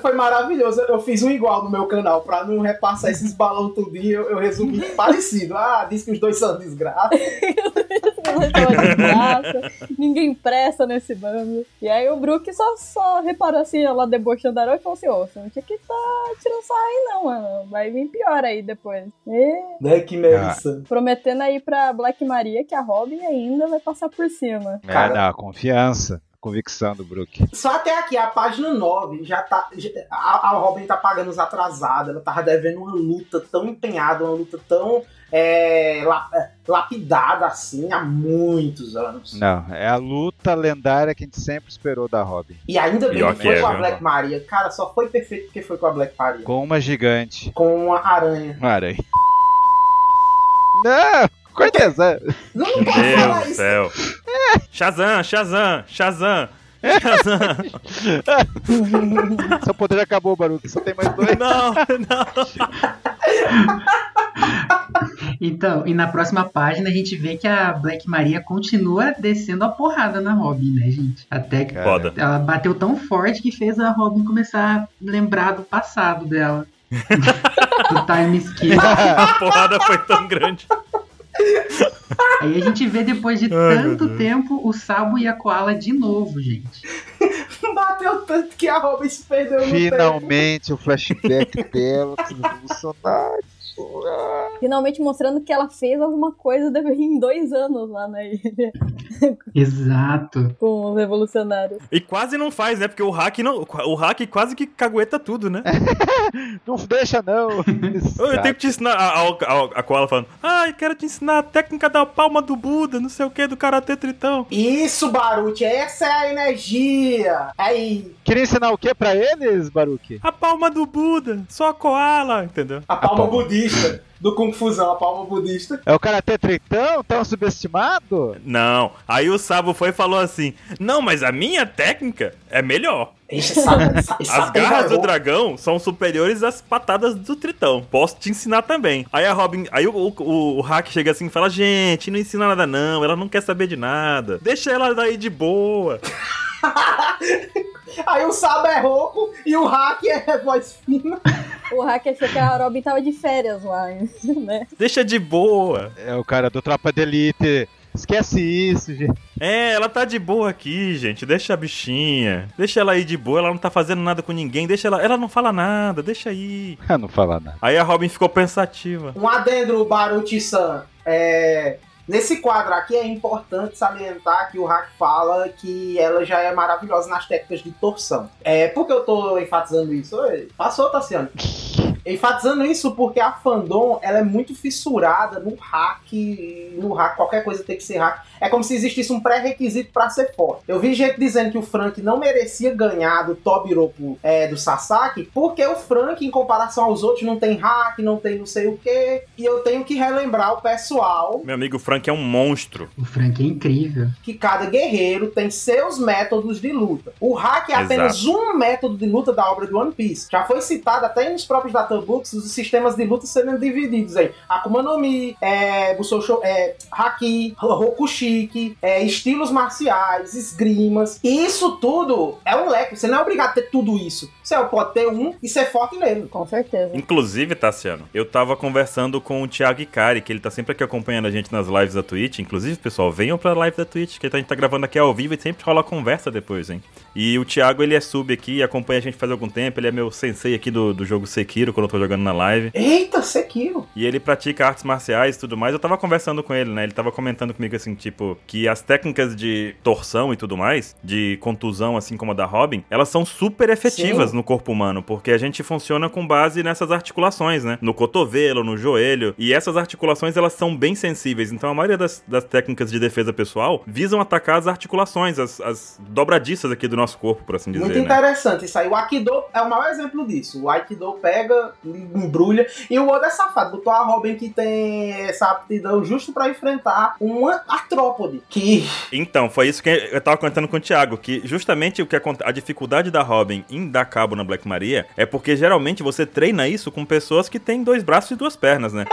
Speaker 4: foi maravilhoso. Eu fiz um igual no meu canal, pra não repassar esses balão tudinho, eu, eu resumi parecido. Ah, diz que os dois são desgraça.
Speaker 3: Vocês são uma desgraça, é ninguém presta nesse bando. E aí o Brook só, só reparou assim, ela debochando da Aroa e falou assim, ô, você não tinha que tá tirando sarro aí não, mano. Vai vir pior aí depois. E
Speaker 4: Né, que merda.
Speaker 3: prometendo aí pra Black Maria que a Robin ainda vai passar por cima.
Speaker 2: É, não, a confiança. a Convicção do Brook.
Speaker 4: Só até aqui, a página 9, já tá. já- a, a Robin tá pagando os atrasados, ela tava devendo uma luta tão empenhada, uma luta tão é, la- lapidada assim há muitos anos.
Speaker 1: Né?
Speaker 2: Não, é a luta lendária que a gente sempre esperou da Robin.
Speaker 4: E ainda bem
Speaker 1: Pior
Speaker 4: que
Speaker 1: que
Speaker 4: foi
Speaker 1: é,
Speaker 4: com a
Speaker 1: viu?
Speaker 4: Black Maria. Cara, só foi perfeito porque foi com a Black Maria.
Speaker 2: Com uma gigante.
Speaker 4: Com uma aranha.
Speaker 2: Uma aranha. Não, cortesã.
Speaker 4: Não, não pode
Speaker 1: Meu
Speaker 4: falar
Speaker 1: Deus do
Speaker 4: isso.
Speaker 1: céu. Shazam, Shazam, Shazam.
Speaker 4: *laughs*
Speaker 1: Shazam.
Speaker 2: *laughs* Seu poder já acabou, Baruque. Só tem mais dois.
Speaker 1: Não, não.
Speaker 5: Então, e na próxima página a gente vê que a Black Maria continua descendo a porrada na Robin, né, gente? Até que
Speaker 2: Cara,
Speaker 1: Foda.
Speaker 5: ela bateu tão forte que fez a Robin começar a lembrar do passado dela. do time skip.
Speaker 1: A porrada foi tão grande.
Speaker 5: Aí a gente vê depois de
Speaker 1: meu
Speaker 5: tanto
Speaker 1: Deus.
Speaker 5: tempo o Sabo e a Koala de novo, gente.
Speaker 4: Bateu tanto que a Robin se perdeu no tempo.
Speaker 2: Finalmente o
Speaker 4: *laughs*
Speaker 2: flashback dela. Que revolucionário.
Speaker 3: Finalmente mostrando que ela fez alguma coisa deve- em dois anos lá na ilha
Speaker 5: Exato.
Speaker 3: *laughs* com os revolucionários.
Speaker 1: E quase não faz, né? Porque o hack, não, o hack quase que cagueta tudo, né?
Speaker 2: Não deixa,
Speaker 4: *laughs*
Speaker 2: não.
Speaker 1: Eu tenho que te ensinar. A, a, a, a Koala falando: Ai, quero te ensinar a técnica da palma do Buda, não sei o que, do Karatê Tritão.
Speaker 4: Isso, Baruti, essa é a energia. É Aí,
Speaker 2: Queria ensinar o que pra eles, Baruque?
Speaker 1: A palma do Buda, só a Koala, entendeu?
Speaker 4: a palma
Speaker 2: palma.
Speaker 4: budista do Kung Fusão, a palma budista.
Speaker 2: É o Karatê Tritão? Tão subestimado?
Speaker 1: Não. Aí o Sabo foi e falou assim: Não, mas a minha técnica é melhor.
Speaker 4: Ixi, sabe, sabe,
Speaker 1: As
Speaker 4: é
Speaker 1: garras do dragão são superiores às patadas do Tritão. Posso te ensinar também. Aí a Robin. Aí o, o, o- o Hack chega assim e fala: Gente, não ensina nada, não. Ela não quer saber de nada. Deixa ela daí de boa.
Speaker 4: Aí o Saba é rouco e o Hack é voz fina.
Speaker 3: O hack achou que a Robin tava de férias lá, né?
Speaker 1: Deixa de boa.
Speaker 2: É o cara do Tropa de Elite. Esquece isso, gente.
Speaker 1: É, ela tá de boa aqui, gente. Deixa a bichinha. Deixa ela aí de boa. Ela não tá fazendo nada com ninguém. Deixa ela. Ela não fala nada. Deixa aí.
Speaker 2: *laughs* Ah, não fala nada.
Speaker 1: Aí a Robin ficou pensativa.
Speaker 4: Um adendo, Baruti-san. É, Nesse quadro aqui é importante salientar que o Hack fala que ela já é maravilhosa nas técnicas de torção. É, por que eu tô enfatizando isso? Oi, Passou, Tassiano. Enfatizando isso porque a fandom ela é muito fissurada no hack, no hack, qualquer coisa tem que ser hack. É como se existisse um pré-requisito pra ser forte. Eu vi gente dizendo que o Frank não merecia ganhar do Tobiropo é, do Sasaki, porque o Frank, em comparação aos outros, não tem hack, não tem não sei o que. E eu tenho que relembrar o pessoal
Speaker 1: Meu amigo Frank é um monstro.
Speaker 5: O Frank é incrível.
Speaker 4: que cada guerreiro tem seus métodos de luta. O hack é apenas um método de luta da obra do One Piece. Já foi citado até nos próprios da Battlebooks, os sistemas de luta sendo divididos em Akuma no Mi, é, Busoshou, é, Haki, Rokushiki, é, estilos marciais, esgrimas. E isso tudo é um leque. Você não é obrigado a ter tudo isso. Você pode ter um e ser forte nele.
Speaker 3: Com certeza.
Speaker 1: Inclusive, Tassiano, eu tava conversando com o Thiago Icari, que ele tá sempre aqui acompanhando a gente nas lives da Twitch. Inclusive, pessoal, venham pra live da Twitch, que a gente tá gravando aqui ao vivo e sempre rola conversa depois, hein? E o Thiago, ele é sub aqui, acompanha a gente faz algum tempo. Ele é meu sensei aqui do, do jogo Sekiro, quando eu tô jogando na live.
Speaker 4: Eita, Sekiro!
Speaker 1: E ele pratica artes marciais e tudo mais. Eu tava conversando com ele, né? Ele tava comentando comigo, assim, tipo, que as técnicas de torção e tudo mais, de contusão, assim como a da Robin, elas são super efetivas
Speaker 4: Sim.
Speaker 1: no corpo humano, porque a gente funciona com base nessas articulações, né? No cotovelo, no joelho. E essas articulações, elas são bem sensíveis. Então, a maioria das, das técnicas de defesa pessoal visam atacar as articulações, as, as dobradiças aqui do nosso corpo, por assim dizer,
Speaker 4: Muito
Speaker 1: né?
Speaker 4: interessante isso aí. O Aikido é o maior exemplo disso. O Aikido pega, embrulha. E o Oda é safado. Botou a Robin que tem essa aptidão justo pra enfrentar uma artrópode. Que
Speaker 1: Então, foi isso que eu tava contando com o Thiago, que justamente o que aconte- a dificuldade da Robin em dar cabo na Black Maria é porque geralmente você treina isso com pessoas que têm dois braços e duas pernas, né?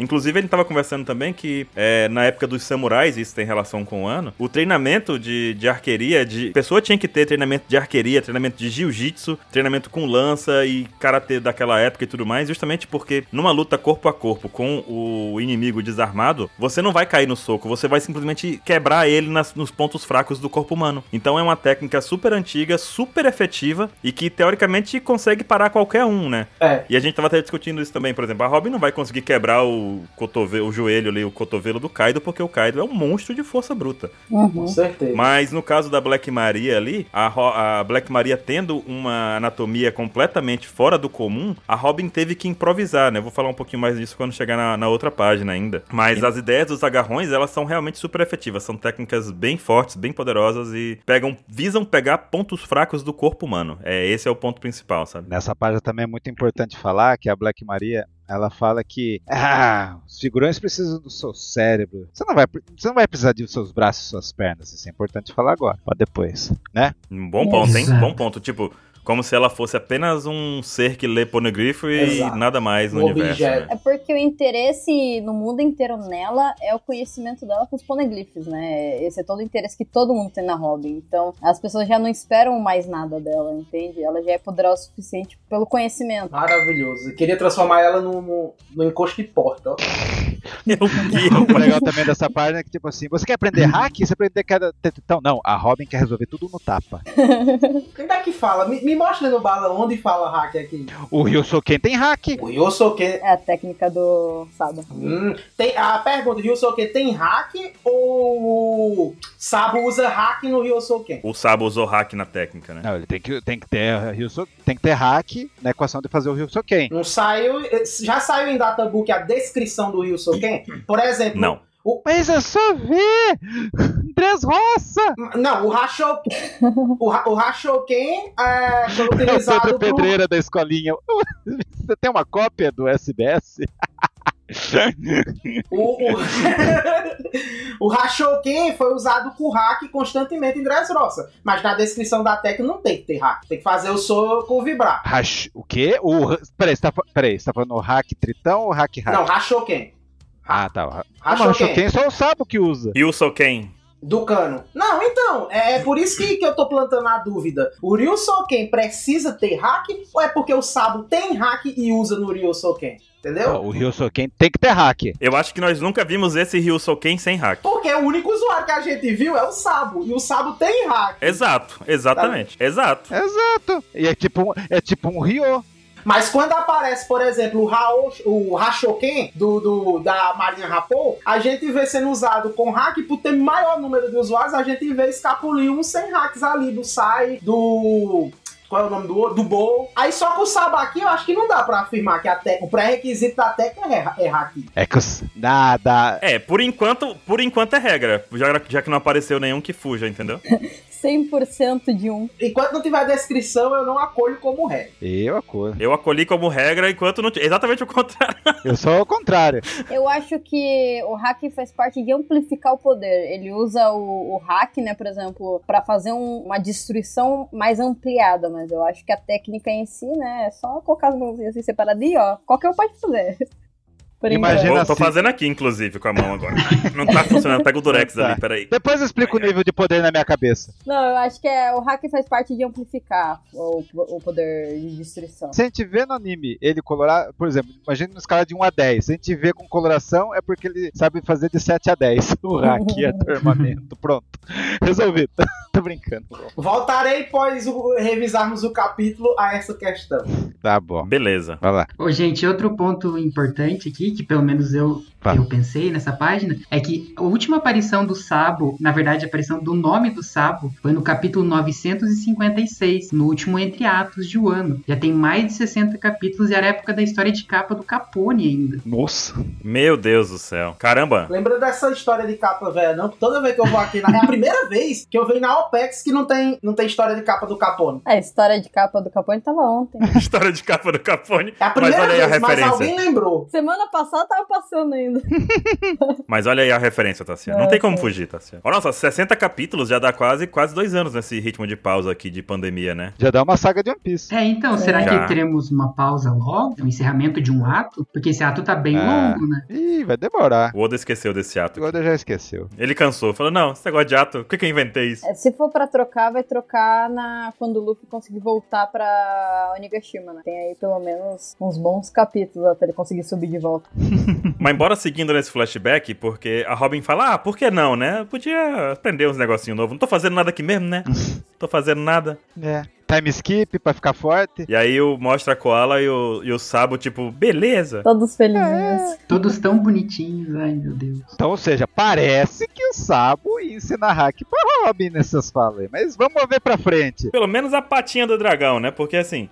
Speaker 1: Inclusive, ele tava conversando também que é, na época dos samurais, isso tem relação com o ano, o treinamento de, de arqueria, de pessoa tinha que ter treinamento de arqueria, treinamento de jiu-jitsu, treinamento com lança e karatê daquela época e tudo mais, justamente porque numa luta corpo a corpo com o inimigo desarmado, você não vai cair no soco, você vai simplesmente quebrar ele nas- nos pontos fracos do corpo humano. Então é uma técnica super antiga, super efetiva e que teoricamente consegue parar qualquer um, né?
Speaker 4: é.
Speaker 1: E a gente tava até discutindo isso também, por exemplo, a Robin não vai conseguir quebrar o cotovelo, o joelho ali, o cotovelo do Kaido, porque o Kaido é um monstro de força bruta.
Speaker 4: Com
Speaker 3: Uhum.
Speaker 4: certeza.
Speaker 1: Mas no caso da Black Maria ali, a, Ro- a Black Maria tendo uma anatomia completamente fora do comum, a Robin teve que improvisar, né? Eu vou falar um pouquinho mais disso quando chegar na, na outra página ainda. Mas as ideias dos agarrões, elas são realmente super efetivas, são técnicas bem fortes, bem poderosas e pegam, visam pegar pontos fracos do corpo humano. É, esse é o ponto principal, sabe?
Speaker 2: Nessa página também é muito importante falar que a Black Maria ela fala que ah, os figurões precisam do seu cérebro. Você não vai, pre- você não vai precisar de seus braços, suas pernas. Isso é importante falar agora, pra depois, né?
Speaker 1: Um bom ponto, hein?
Speaker 5: Exato.
Speaker 1: Bom ponto. Tipo, como se ela fosse apenas um ser que lê pornogrifo e
Speaker 4: Exato.
Speaker 1: nada mais no
Speaker 4: Um
Speaker 1: universo.
Speaker 4: objeto.
Speaker 1: né?
Speaker 3: É porque o interesse no mundo inteiro nela é o conhecimento dela com os poneglyphs, né? Esse é todo o interesse que todo mundo tem na Robin. Então, as pessoas já não esperam mais nada dela, entende? Ela já é poderosa o suficiente pelo conhecimento.
Speaker 4: Maravilhoso. Eu queria transformar ela no, no, no encosto de porta. ó.
Speaker 1: *laughs* Eu vi,
Speaker 2: O
Speaker 1: rapaz.
Speaker 2: legal também dessa página é que, tipo assim, você quer aprender hack? Você aprender cada. Então, não, a Robin quer resolver tudo no tapa.
Speaker 4: Quem é que fala? Me, me mostra no bala onde fala hack aqui.
Speaker 2: O Ryu Soken tem hack.
Speaker 4: O Yosuke.
Speaker 3: É a técnica do Saba.
Speaker 4: Hum, tem, a pergunta: Yosuke tem hack ou o Sabo usa hack no Yosuke?
Speaker 1: O Sabo usou hack na técnica, né?
Speaker 2: Não, ele tem que, tem que ter Ryu So- tem que ter hack né, na equação de fazer o Ryu Soken.
Speaker 4: Não saiu. Já saiu em Databook a descrição do Yosuke? Por exemplo.
Speaker 1: Não.
Speaker 2: Mas eu só vi! Três roças!
Speaker 4: Não, o Hashouken. o, Ha- o Hashouken é, foi
Speaker 2: É o
Speaker 4: utilizado
Speaker 2: Pedro
Speaker 4: pro-
Speaker 2: Pedreira da escolinha. *laughs* Você tem uma cópia do SBS?
Speaker 4: O, o, *laughs* o Hashouken foi usado com hack constantemente em Dressrosa. Mas na descrição da técnica não tem que ter hack. Tem que fazer o soco vibrar.
Speaker 2: Hash, o quê? O, peraí, você tá, fa- peraí, você tá falando o hack tritão ou hack hack?
Speaker 4: Não, é. Hashouken.
Speaker 2: Ah, tá. o ha- Não, mas o
Speaker 4: Hashouken.
Speaker 2: Shoken só o sapo que usa.
Speaker 1: E o Soken?
Speaker 4: Do cano. Não, então, é por isso que, que eu tô plantando a dúvida. O Ryusoken precisa ter hack ou é porque o Sabo tem hack e usa no Ryusoken? Entendeu?
Speaker 2: Ó, O Ryu Soken tem que ter hack.
Speaker 1: Eu acho que nós nunca vimos esse Ryu Soken sem hack.
Speaker 4: Porque é o único usuário que a gente viu é o Sabo. E o Sabo tem hack.
Speaker 1: Exato, exatamente.
Speaker 4: Tá.
Speaker 1: Exato.
Speaker 2: Exato. E é tipo, um- é tipo um Ryo.
Speaker 4: Mas quando aparece, por exemplo, o, Hao, o Hashoken do, do- da Marinha Rapou, a gente vê sendo usado com hack por ter maior número de usuários, a gente vê escapulir uns 100 hacks ali do Sai, do. Qual é o nome do outro? Do Bo. Aí só com o Sabaki eu acho que não dá pra afirmar que a tec- o pré-requisito da técnica é, é hack.
Speaker 2: É que os... Nada.
Speaker 1: É, por enquanto, por enquanto é regra. Já, já que não apareceu nenhum que fuja, entendeu?
Speaker 3: 100% de um.
Speaker 4: Enquanto não tiver descrição, eu não acolho como regra.
Speaker 2: Eu acordo.
Speaker 1: Eu acolhi como regra enquanto não tinha. Exatamente o contrário.
Speaker 2: Eu sou ao contrário.
Speaker 3: Eu acho que o hack faz parte de amplificar o poder. Ele usa o, o hack, né, por exemplo, pra fazer um- uma destruição mais ampliada, mas eu acho que a técnica em si, né, é só colocar as mãozinhas assim separadas e ó, qualquer um pode fazer. *laughs* Por enquanto.
Speaker 2: Imagina
Speaker 1: Bom, tô
Speaker 2: assim.
Speaker 1: fazendo aqui, inclusive, com a mão agora. Não tá funcionando. Pega o Durex
Speaker 2: Tá.
Speaker 1: ali, peraí.
Speaker 2: Depois eu explico o nível de poder na minha cabeça.
Speaker 3: Não, eu acho que é, o hack faz parte de amplificar o, o poder de destruição.
Speaker 2: Se a gente vê no anime ele colorar, por exemplo, imagina uma escala de 1 a 10. Se a gente vê com coloração, é porque ele sabe fazer de 7 a 10. *laughs* O hack é do armamento. Pronto. *laughs* Resolvido. *laughs* Tô brincando.
Speaker 4: Voltarei após o- revisarmos o capítulo a essa questão.
Speaker 2: Tá bom.
Speaker 1: Beleza.
Speaker 2: Vai lá.
Speaker 5: Ô, gente, outro ponto importante aqui, que pelo menos eu,
Speaker 2: Fala.
Speaker 5: eu pensei nessa página, é que a última aparição do Sabo, na verdade, a aparição do nome do Sabo, foi no capítulo 956, no último Entre Atos de Wano. Já tem mais de 60 capítulos e era a época da história de capa do Capone ainda.
Speaker 2: Nossa.
Speaker 1: Meu Deus do céu. Caramba.
Speaker 4: Lembra dessa história de capa velha, não? Toda vez que eu vou aqui, na... é a primeira vez que eu venho na OPEX que não tem, não tem história de capa do Capone.
Speaker 3: A história de capa do Capone tava ontem.
Speaker 1: *laughs* História de capa do Capone.
Speaker 4: É a
Speaker 1: Mas
Speaker 4: primeira
Speaker 1: olha aí a
Speaker 4: vez, mas alguém
Speaker 1: referência.
Speaker 4: lembrou.
Speaker 3: *laughs* Semana passada tava passando ainda.
Speaker 1: Mas olha aí a referência, Tassiano. Não
Speaker 3: É,
Speaker 1: tem como
Speaker 3: sim.
Speaker 1: fugir, Tassiano. Olha, nossa, 60 capítulos já dá quase, quase dois anos nesse ritmo de pausa aqui de pandemia, né?
Speaker 2: Já dá uma saga de One Piece.
Speaker 5: É, então, será
Speaker 1: Já.
Speaker 5: que teremos uma pausa logo? Um encerramento de um ato? Porque esse ato tá bem
Speaker 2: Ah.
Speaker 5: longo, né?
Speaker 2: Ih, vai demorar.
Speaker 1: O Oda esqueceu desse ato.
Speaker 2: O Oda já esqueceu.
Speaker 1: Ele cansou. Falou, não, esse negócio de ato, por que, que eu inventei
Speaker 4: *laughs*
Speaker 1: isso?
Speaker 3: É, Se for pra trocar, vai trocar na quando o Luffy conseguir voltar pra Onigashima, né? Tem aí pelo menos uns bons capítulos até ele conseguir subir de volta.
Speaker 1: Mas embora seguindo nesse flashback, porque a Robin fala, ah, por que não, né? Eu Podia aprender uns negocinho novo. Não tô fazendo nada aqui mesmo,
Speaker 4: *laughs*
Speaker 1: né? tô fazendo nada.
Speaker 2: É. Time skip pra ficar forte.
Speaker 1: E aí o mostra a Koala e o, e o Sabo, tipo, beleza.
Speaker 3: Todos felizes.
Speaker 5: Todos tão bonitinhos, ai meu Deus.
Speaker 2: Então, ou seja, parece que o Sabo ensina hack pra Robin nessas falas aí. Mas vamos ver pra frente.
Speaker 1: Pelo menos a patinha do dragão, né? Porque assim.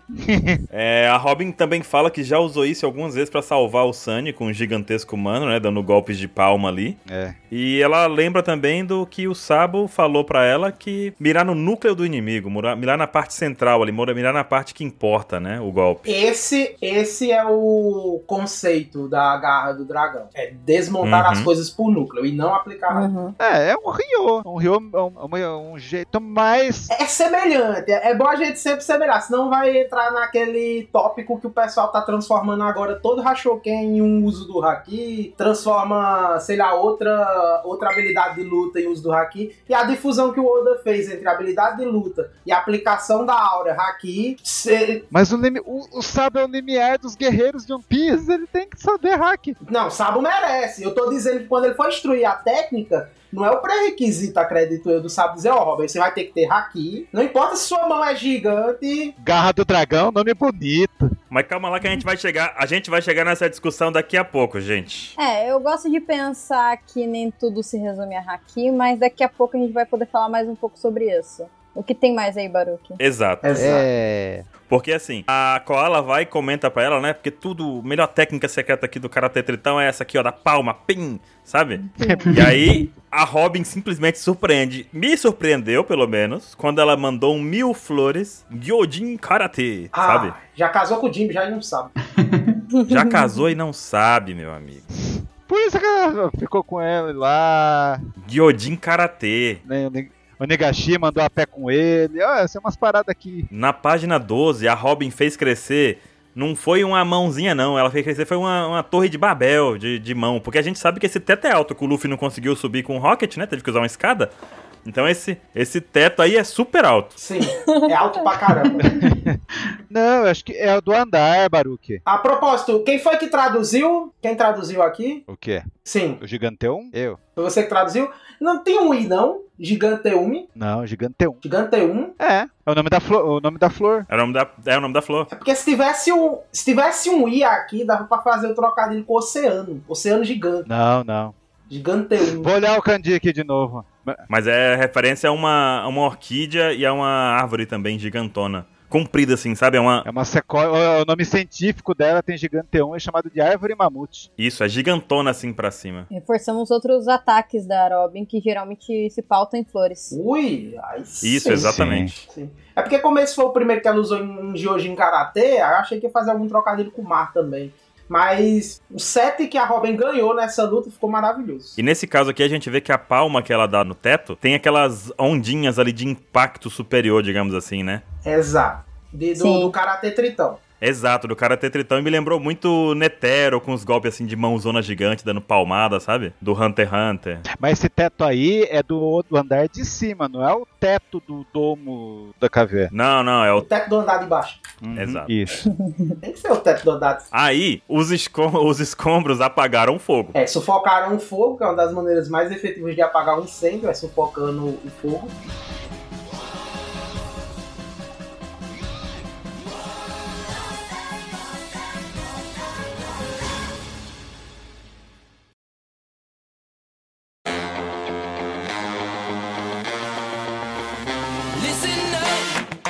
Speaker 1: é, a Robin também fala que já usou isso algumas vezes pra salvar o Sunny com um gigantesco mano, né? Dando golpes de palma ali.
Speaker 2: É.
Speaker 1: E ela lembra também do que o Sabo falou pra ela que mirar no núcleo do inimigo, mura- mirar na parte central ali, mura- mirar na parte que importa, né? O golpe.
Speaker 4: Esse, esse é o conceito da garra do dragão. É desmontar
Speaker 1: Uhum.
Speaker 4: as coisas por núcleo e não aplicar.
Speaker 3: Uhum.
Speaker 2: É, é um Ryo. Um Ryo é um, é um jeito mais.
Speaker 4: É semelhante, é é bom a gente sempre semelhar, senão vai entrar naquele tópico que o pessoal tá transformando agora todo Hashoken em um uso do Haki, transforma, sei lá, outra, outra habilidade de luta em uso do Haki, e a difusão que o Oda fez entre a habilidade de luta e a aplicação da aura Haki, se-
Speaker 2: Mas o, limi- o, o Sabo é o limiar dos guerreiros de One Piece. Ele tem que saber hack.
Speaker 4: não, Sabo merece, eu tô dizendo que quando ele for instruir a técnica, não é o pré-requisito, acredito eu, do Sabo dizer, ó, Robert, você vai ter que ter Haki, não importa se sua mão é gigante,
Speaker 2: Garra do Dragão, nome bonito.
Speaker 1: Mas calma lá que a gente vai chegar. A gente vai chegar nessa discussão daqui a pouco, gente.
Speaker 3: É, eu gosto de pensar que nem tudo se resume a Haki, mas daqui a pouco a gente vai poder falar mais um pouco sobre isso. O que tem mais aí, Baruque?
Speaker 1: Exato.
Speaker 2: É.
Speaker 1: Porque assim, a Koala vai e comenta pra ela, né? Porque tudo, melhor técnica secreta aqui do Karate Tritão é essa aqui, ó, da palma, pim, sabe? E aí, a Robin simplesmente surpreende. Me surpreendeu, pelo menos, quando ela mandou um mil flores Gyojin Karate,
Speaker 4: Ah, *laughs*
Speaker 1: sabe?
Speaker 4: já casou com o Jimmy, já ele não sabe.
Speaker 1: Já casou e não sabe, meu amigo.
Speaker 2: Por isso que ela ficou com ele lá.
Speaker 1: Gyojin Karate.
Speaker 2: né, o Ni- O Negashi mandou a pé com ele. Ó, são umas paradas aqui.
Speaker 1: Na página 12, a Robin fez crescer. Não foi uma mãozinha, não. Ela fez crescer, foi uma, uma torre de Babel de, de mão. Porque a gente sabe que esse teto é alto, que o Luffy não conseguiu subir com o Rocket, né? Teve que usar uma escada. Então esse, esse teto aí é super alto.
Speaker 4: Sim, é alto pra caramba.
Speaker 2: Não, eu acho que é o do andar, Baruque.
Speaker 4: A propósito, quem foi que traduziu? Quem traduziu aqui?
Speaker 2: O quê?
Speaker 4: Sim,
Speaker 2: O um? Giganteum? Eu.
Speaker 4: foi você que traduziu. Não tem um i, não. Giganteume.
Speaker 2: Não, Giganteum.
Speaker 4: Giganteum.
Speaker 2: É, é o nome da flor. O nome da flor.
Speaker 1: É o nome da, é o nome da flor.
Speaker 4: É porque se tivesse um, se tivesse um i aqui, dava pra fazer o trocadilho com oceano. Oceano gigante.
Speaker 2: Não, não.
Speaker 4: Giganteume.
Speaker 2: Vou olhar o Kandi aqui de novo.
Speaker 4: Tá.
Speaker 1: Mas é referência a uma, a uma orquídea e a uma árvore também gigantona. comprida, assim, sabe? É uma.
Speaker 2: É uma sequoia. O nome científico dela tem giganteon, é chamado de árvore mamute.
Speaker 1: Isso, é gigantona assim pra cima.
Speaker 3: Reforçamos outros ataques da Robin, que geralmente se pautam em flores.
Speaker 4: Ui, aí sim.
Speaker 1: Isso, exatamente.
Speaker 4: Sim. É porque como esse foi o primeiro que ela usou em Gyojin Karate, eu achei que ia fazer algum trocadilho com o mar também. Mas o set que a Robin ganhou nessa luta ficou maravilhoso.
Speaker 1: E nesse caso aqui a gente vê que a palma que ela dá no teto tem aquelas ondinhas ali de impacto superior, digamos assim, né?
Speaker 4: Exato. De- do,
Speaker 3: Sim.
Speaker 4: do Karate Tritão.
Speaker 1: Exato, do Karate Tritão e me lembrou muito Netero com os golpes assim de mãozona gigante dando palmada, sabe? Do Hunter x Hunter.
Speaker 2: Mas esse teto aí é do outro andar de cima, não é o teto do domo da caverna.
Speaker 1: Não, não, é
Speaker 4: O
Speaker 1: o.
Speaker 4: teto do andar de baixo.
Speaker 1: Exato.
Speaker 2: Isso.
Speaker 4: Tem que ser o teto do andar de
Speaker 1: Aí, os, esco- *laughs* os escombros apagaram fogo.
Speaker 4: É, sufocaram o fogo, que é uma das maneiras mais efetivas de apagar um incêndio, é sufocando o fogo.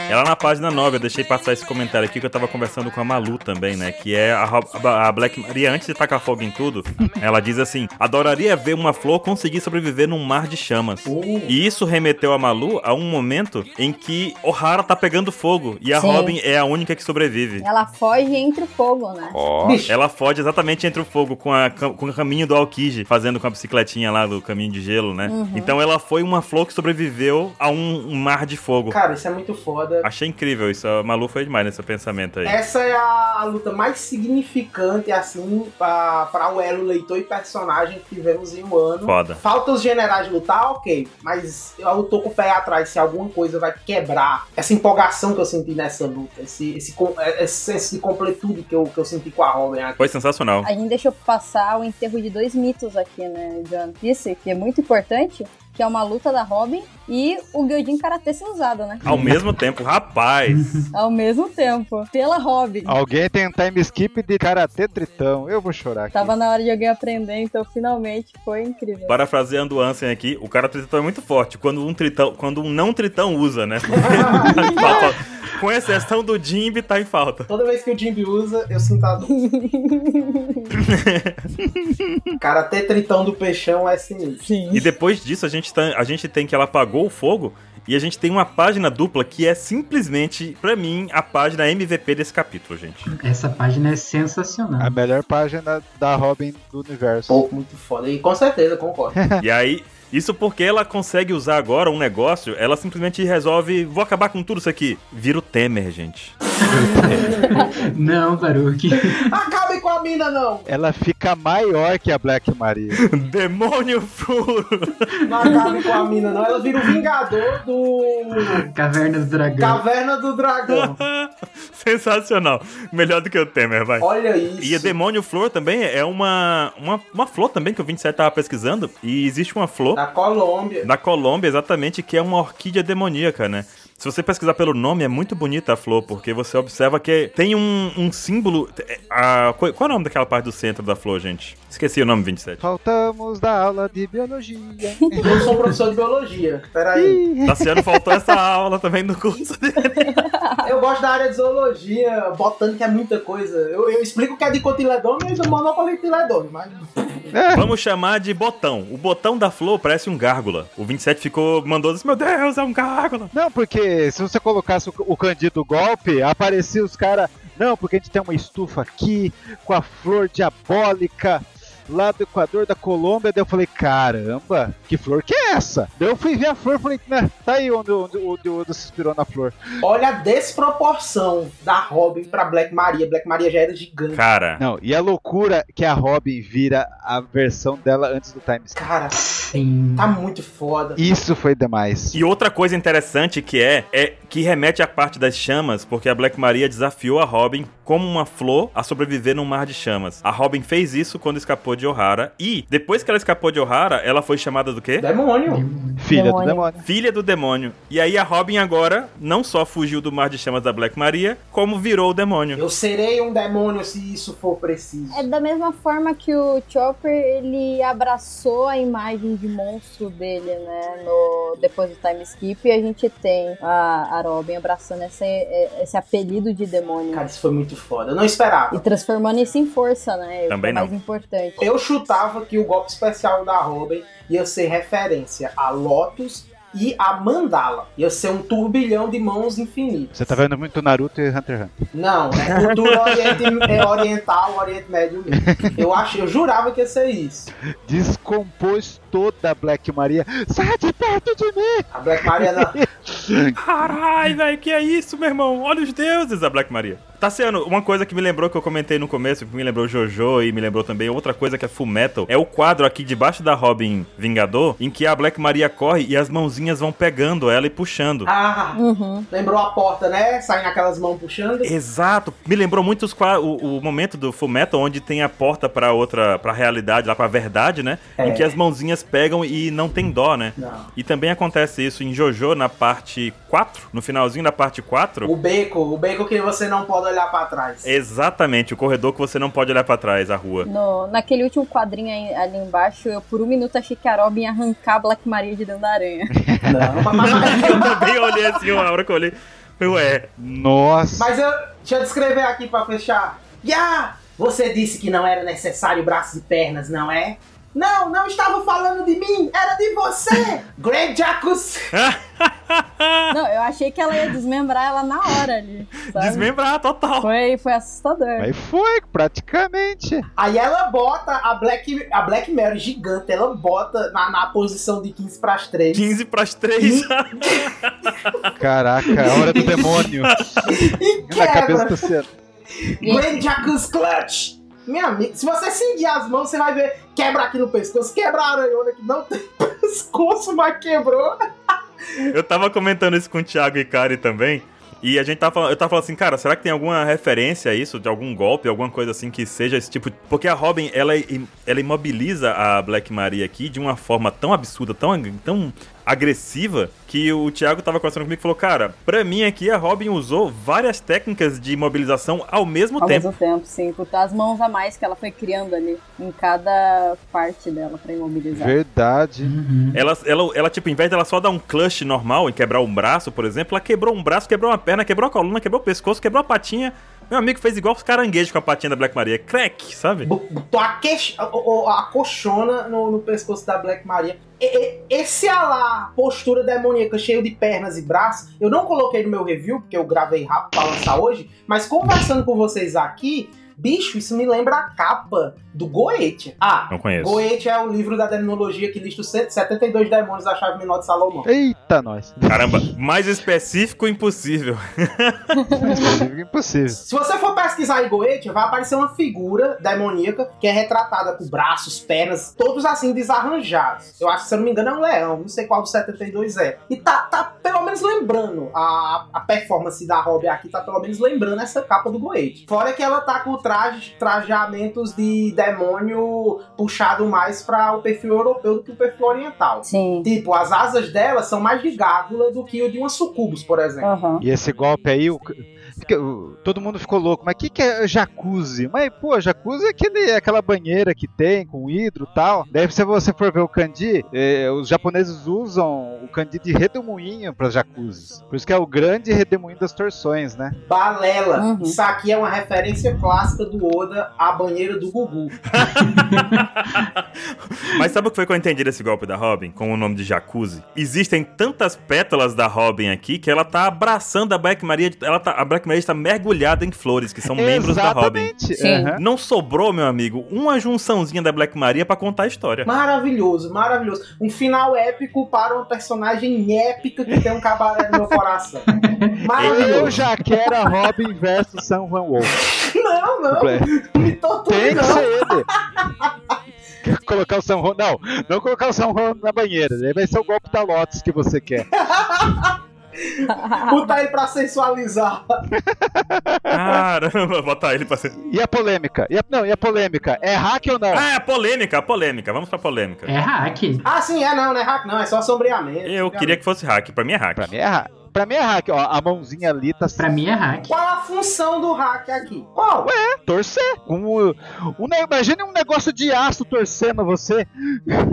Speaker 1: Ela É na página 9, eu deixei passar esse comentário aqui que eu tava conversando com a Malu também, né? Que é a, Ro- a- a Black Maria, antes de tacar fogo em tudo, ela diz assim: adoraria ver uma flor conseguir sobreviver num mar de chamas.
Speaker 4: Uh,
Speaker 1: E isso remeteu a Malu a um momento em que O'Hara tá pegando fogo e a
Speaker 3: Sim.
Speaker 1: Robin é a única que sobrevive.
Speaker 3: Ela foge entre o fogo, né?
Speaker 2: Ó.
Speaker 4: Uh, bicho,
Speaker 1: Ela foge exatamente entre o fogo com, a, cam- com o caminho do Alkiji, fazendo com a bicicletinha lá do caminho de gelo, né?
Speaker 3: Uhum.
Speaker 1: Então ela foi uma flor que sobreviveu a um, um mar de fogo.
Speaker 4: cara, isso é muito foda.
Speaker 1: Achei incrível isso. A Malu foi demais nesse pensamento aí.
Speaker 4: Essa é a luta mais significante, assim, pra, pra o elo leitor e personagem que tivemos em um ano.
Speaker 1: Foda.
Speaker 4: Falta os generais lutar, ok, mas eu tô com o pé atrás se alguma coisa vai quebrar essa empolgação que eu senti nessa luta, esse, esse, com- é, esse senso de completude que eu, que eu senti com a Robin aqui.
Speaker 1: Foi sensacional.
Speaker 3: A gente deixou passar o enterro de dois mitos aqui, né, John? Esse, que é muito importante, que é uma luta da Robin e o Gyojin Karate sendo usado, né?
Speaker 1: Ao mesmo tempo, rapaz.
Speaker 3: Ao mesmo tempo. Pela Robin.
Speaker 2: Alguém tem um time skip de Karatê Tritão. Eu vou chorar aqui.
Speaker 3: Tava na hora de alguém aprender, então finalmente foi incrível.
Speaker 1: Parafraseando o Ansem aqui, o cara tritão é muito forte quando um tritão, quando um não tritão usa, né? *laughs* Tá em falta. Com exceção do Jimbe, tá em falta.
Speaker 4: Toda vez que o Jimby usa, eu sinto a dor. Cara, ter tritão do peixão é sinistro.
Speaker 3: Sim.
Speaker 1: E depois disso, a gente, tá- a gente tem que ela apagou o fogo e a gente tem uma página dupla que é simplesmente, pra mim, a página MVP desse capítulo, gente. *laughs*
Speaker 5: Essa página é
Speaker 2: A
Speaker 5: sensacional.
Speaker 2: melhor página da Robin do universo.
Speaker 4: Pô, Um muito foda. E com certeza, concordo.
Speaker 1: E aí, isso porque ela consegue usar agora um negócio, ela simplesmente resolve, vou acabar com tudo isso aqui. Vira o Temer, gente.
Speaker 5: Não, Baruque. *laughs*
Speaker 4: Acabem com a mina, não!
Speaker 2: Ela fica maior que a Black Maria.
Speaker 1: Demônio furo!
Speaker 4: Não acabem com a mina, não. Ela vira o vingador do.
Speaker 5: Cavernas do Dragão.
Speaker 4: Caverna do Dragão.
Speaker 1: *laughs* Sensacional. Melhor do que o Temer, vai.
Speaker 4: Olha isso.
Speaker 1: E a Demônio Flor também é uma, uma, uma flor também que o 27 tava pesquisando. E existe uma flor
Speaker 4: Da Colômbia.
Speaker 1: na Colômbia, exatamente, que é uma orquídea demoníaca, né? Se você pesquisar pelo nome, é muito bonita a flor, porque você observa que tem um, um símbolo. é, a- qual qual é o nome daquela parte do centro da flor, gente? Esqueci o nome
Speaker 2: *laughs*
Speaker 1: 27.
Speaker 2: Faltamos da aula de biologia.
Speaker 4: Eu sou um professor de biologia. Peraí.
Speaker 1: Tassiano faltou essa aula também no curso dele.
Speaker 4: *laughs* Eu gosto da área de zoologia, botânica é muita coisa. Eu, eu explico o que é dicotiledônio e do monocotiledônio, mas.
Speaker 1: Vamos chamar de botão. O botão da flor parece um gárgula. O 27 ficou, mandou assim: Meu Deus, é um gárgula.
Speaker 2: Não, porque se você colocasse o, o Candido Golpe, aparecia os caras. Não, porque a gente tem uma estufa aqui com a flor diabólica lá do Equador, da Colômbia. Daí eu falei, caramba, que flor que é essa? Daí eu fui ver a flor e falei, né, tá aí onde, onde, onde o Oda se inspirou na flor.
Speaker 4: Olha a desproporção da Robin pra Black Maria. Black Maria já era gigante.
Speaker 1: Cara,
Speaker 2: Não, e a loucura que a Robin vira a versão dela antes do time skip.
Speaker 4: Cara,
Speaker 5: Sim.
Speaker 4: tá muito foda.
Speaker 2: Isso foi demais.
Speaker 1: E outra coisa interessante que é, é que remete à parte das chamas, porque a Black Maria desafiou a Robin como uma flor a sobreviver num mar de chamas. A Robin fez isso quando escapou de Ohara. E depois que ela escapou de Ohara, ela foi chamada do quê?
Speaker 4: Demônio.
Speaker 2: Filha
Speaker 3: Demônio.
Speaker 2: do demônio.
Speaker 1: Filha do demônio. E aí a Robin agora não só fugiu do mar de chamas da Black Maria, como virou o demônio.
Speaker 4: Eu serei um demônio se isso for preciso.
Speaker 3: É da mesma forma que o Chopper, ele abraçou a imagem de monstro dele, né? No, depois do time skip, e a gente tem a, a Robin abraçando esse, é, esse apelido de demônio.
Speaker 4: Cara, isso foi muito foda. Eu não
Speaker 3: E
Speaker 4: esperava.
Speaker 3: transformando isso em força, né?
Speaker 1: Também
Speaker 3: o
Speaker 1: não.
Speaker 3: mais importante.
Speaker 4: Eu chutava que o golpe especial da Robin ia ser referência a Lotus e a Mandala. Ia ser um turbilhão de mãos infinitas.
Speaker 2: Você tá vendo muito Naruto e Hunter x Hunter.
Speaker 4: Não, é cultura oriente- é oriental, Oriente Médio mesmo. Eu, acho, eu jurava que ia ser isso.
Speaker 2: Descompôs toda a Black Maria. Sai de perto de mim!
Speaker 4: A Black Maria não.
Speaker 1: Carai, velho, que é isso, meu irmão? Olha os deuses da Black Maria. Tá sendo uma coisa que me lembrou que eu comentei no começo, que me lembrou Jojo e me lembrou também outra coisa que é Full Metal. É o quadro aqui debaixo da Robin Vingador, em que a Black Maria corre e as mãozinhas vão pegando ela e puxando.
Speaker 4: Ah,
Speaker 3: Uhum.
Speaker 4: lembrou a porta, né? Saindo aquelas mãos puxando.
Speaker 1: Exato, me lembrou muito os qua- o, o momento do Full Metal, onde tem a porta pra outra, pra realidade, lá pra verdade, né? Em
Speaker 4: É.
Speaker 1: que as mãozinhas pegam e não tem dó, né?
Speaker 4: Não.
Speaker 1: E também acontece isso em Jojo na parte 4, no finalzinho da parte 4.
Speaker 4: O beco, o beco que você não pode olhar pra trás.
Speaker 1: Exatamente, o corredor que você não pode olhar pra trás, a rua. *laughs*
Speaker 3: No, naquele último quadrinho aí- ali embaixo, eu por um minuto achei que a Robin ia arrancar a Black Maria de dentro da aranha.
Speaker 4: Não, mas, mas-
Speaker 1: Eu também olhei assim, uma hora que eu olhei. Ué,
Speaker 2: Nossa!
Speaker 4: mas eu. Deixa eu descrever aqui pra fechar. Ya! Você disse que não era necessário braços e pernas, não é? Não, não estava falando de mim, era de você! Greg Jacobs!
Speaker 3: Não, eu achei que ela ia desmembrar ela na hora ali. Sabe?
Speaker 1: desmembrar total.
Speaker 3: Foi, foi
Speaker 4: é.
Speaker 3: assustador.
Speaker 2: Aí foi, praticamente.
Speaker 4: Aí ela bota a Black, a Black Mary gigante, ela bota na, na posição de 15 pras 3.
Speaker 1: 15 pras 3.
Speaker 2: Caraca, é a hora do
Speaker 4: *laughs*
Speaker 2: demônio.
Speaker 4: E
Speaker 2: Na cabeça
Speaker 4: quebra!
Speaker 2: do Ciano.
Speaker 4: Greg Jacobs Clutch! Minha amiga, se você seguir as mãos, você vai ver. Quebra aqui no pescoço, quebra a aranhona que não tem *laughs* pescoço, mas quebrou.
Speaker 1: *laughs* Eu tava comentando isso com o Thiago e Kari também. E a gente tava falando, eu tava falando assim, cara, será que tem alguma referência a isso, de algum golpe, alguma coisa assim que seja esse tipo. Porque a Robin, ela, im- ela imobiliza a Black Maria aqui de uma forma tão absurda, tão, ag- tão agressiva, que o Thiago tava conversando comigo e falou, cara, pra mim aqui a Robin usou várias técnicas de imobilização ao mesmo
Speaker 3: Ao
Speaker 1: tempo.
Speaker 3: mesmo tempo, sim. Com as mãos a mais que ela foi criando ali em cada parte dela pra imobilizar.
Speaker 2: Verdade.
Speaker 5: Uhum.
Speaker 1: Ela, ela, ela, tipo, em vez dela só dar um clutch normal e quebrar um braço, por exemplo, ela quebrou um braço, quebrou uma perna, quebrou a coluna, quebrou o pescoço, quebrou a patinha. Meu amigo fez igual os caranguejos com a patinha da Black Maria. Crack, sabe?
Speaker 4: Botou a, queix- a- a- a coxona no, no pescoço da Black Maria. E- e- esse alá, postura demoníaca, cheio de pernas e braços, eu não coloquei no meu review, porque eu gravei rápido pra lançar hoje, mas conversando com vocês aqui, bicho, isso me lembra a capa do Goethe. Ah,
Speaker 1: Não conheço.
Speaker 4: Goethe é o livro da demonologia que lista os 72 demônios da chave menor de Salomão.
Speaker 2: Eita, nós.
Speaker 1: Caramba, mais específico impossível.
Speaker 2: Impossível, impossível.
Speaker 4: Se você for pesquisar em Goethe, vai aparecer uma figura demoníaca que é retratada com braços, pernas, todos assim desarranjados. Eu acho que, se eu não me engano, é um leão, não sei qual dos 72 é. E tá, tá pelo menos lembrando, a, a performance da Robin aqui tá pelo menos lembrando essa capa do Goethe. Fora que ela tá com traje, trajamentos de demônio puxado mais para o perfil europeu do que o perfil oriental.
Speaker 3: Sim.
Speaker 4: Tipo, as asas dela são mais de gárgula do que o de uma sucubus, por exemplo.
Speaker 3: Aham.
Speaker 2: E esse golpe aí, o... fica- o- todo mundo ficou louco. Mas o que, que é jacuzzi? Mas, pô, jacuzzi é aquele, aquela banheira que tem com hidro e tal. Daí, se você for ver o kanji, eh, os japoneses usam o kanji de redemoinho para jacuzzis. Por isso que é o grande redemoinho das torções, né?
Speaker 4: Balela.
Speaker 3: Uhum.
Speaker 4: Isso aqui é uma referência clássica do Oda à banheira do Gugu.
Speaker 1: Mas sabe o que foi que eu entendi desse golpe da Robin? Com o nome de Jacuzzi? Existem tantas pétalas da Robin aqui que ela tá abraçando a Black Maria. Ela tá, a Black Maria está mergulhada em flores, que são membros da Robin.
Speaker 2: Exatamente.
Speaker 3: Sim.
Speaker 2: aham.
Speaker 1: Não sobrou, meu amigo, uma junçãozinha da Black Maria pra contar a história.
Speaker 4: Maravilhoso, maravilhoso. Um final épico para uma personagem épica que tem um cabaré no
Speaker 2: *laughs*
Speaker 4: meu coração.
Speaker 2: Eu
Speaker 4: Maravilhoso.
Speaker 2: já quero a Robin versus San Juan Wolf.
Speaker 4: Não, não. Me torture,
Speaker 2: Tem que
Speaker 4: não.
Speaker 2: ser ele. Quer Colocar o San Juan. Não, não colocar o San Juan na banheira. Daí vai ser o golpe da Lotus que você quer.
Speaker 4: Botar ele pra sensualizar.
Speaker 1: Caramba, botar ele pra ser.
Speaker 2: E a polêmica? E a- não, e a polêmica? É hack ou não?
Speaker 1: Ah, é a polêmica, a polêmica. Vamos pra polêmica.
Speaker 5: É hack.
Speaker 4: Ah, sim, é não, não é hack, não, é só sombreamento.
Speaker 1: Eu queria que fosse hack, pra mim é hack.
Speaker 2: Pra mim é hack. Pra mim é hack, ó. A mãozinha ali tá
Speaker 5: Pra mim é hack.
Speaker 4: Qual a função do hack aqui? Qual?
Speaker 2: torcer. Um, um, ne- imagine um negócio de aço torcendo você.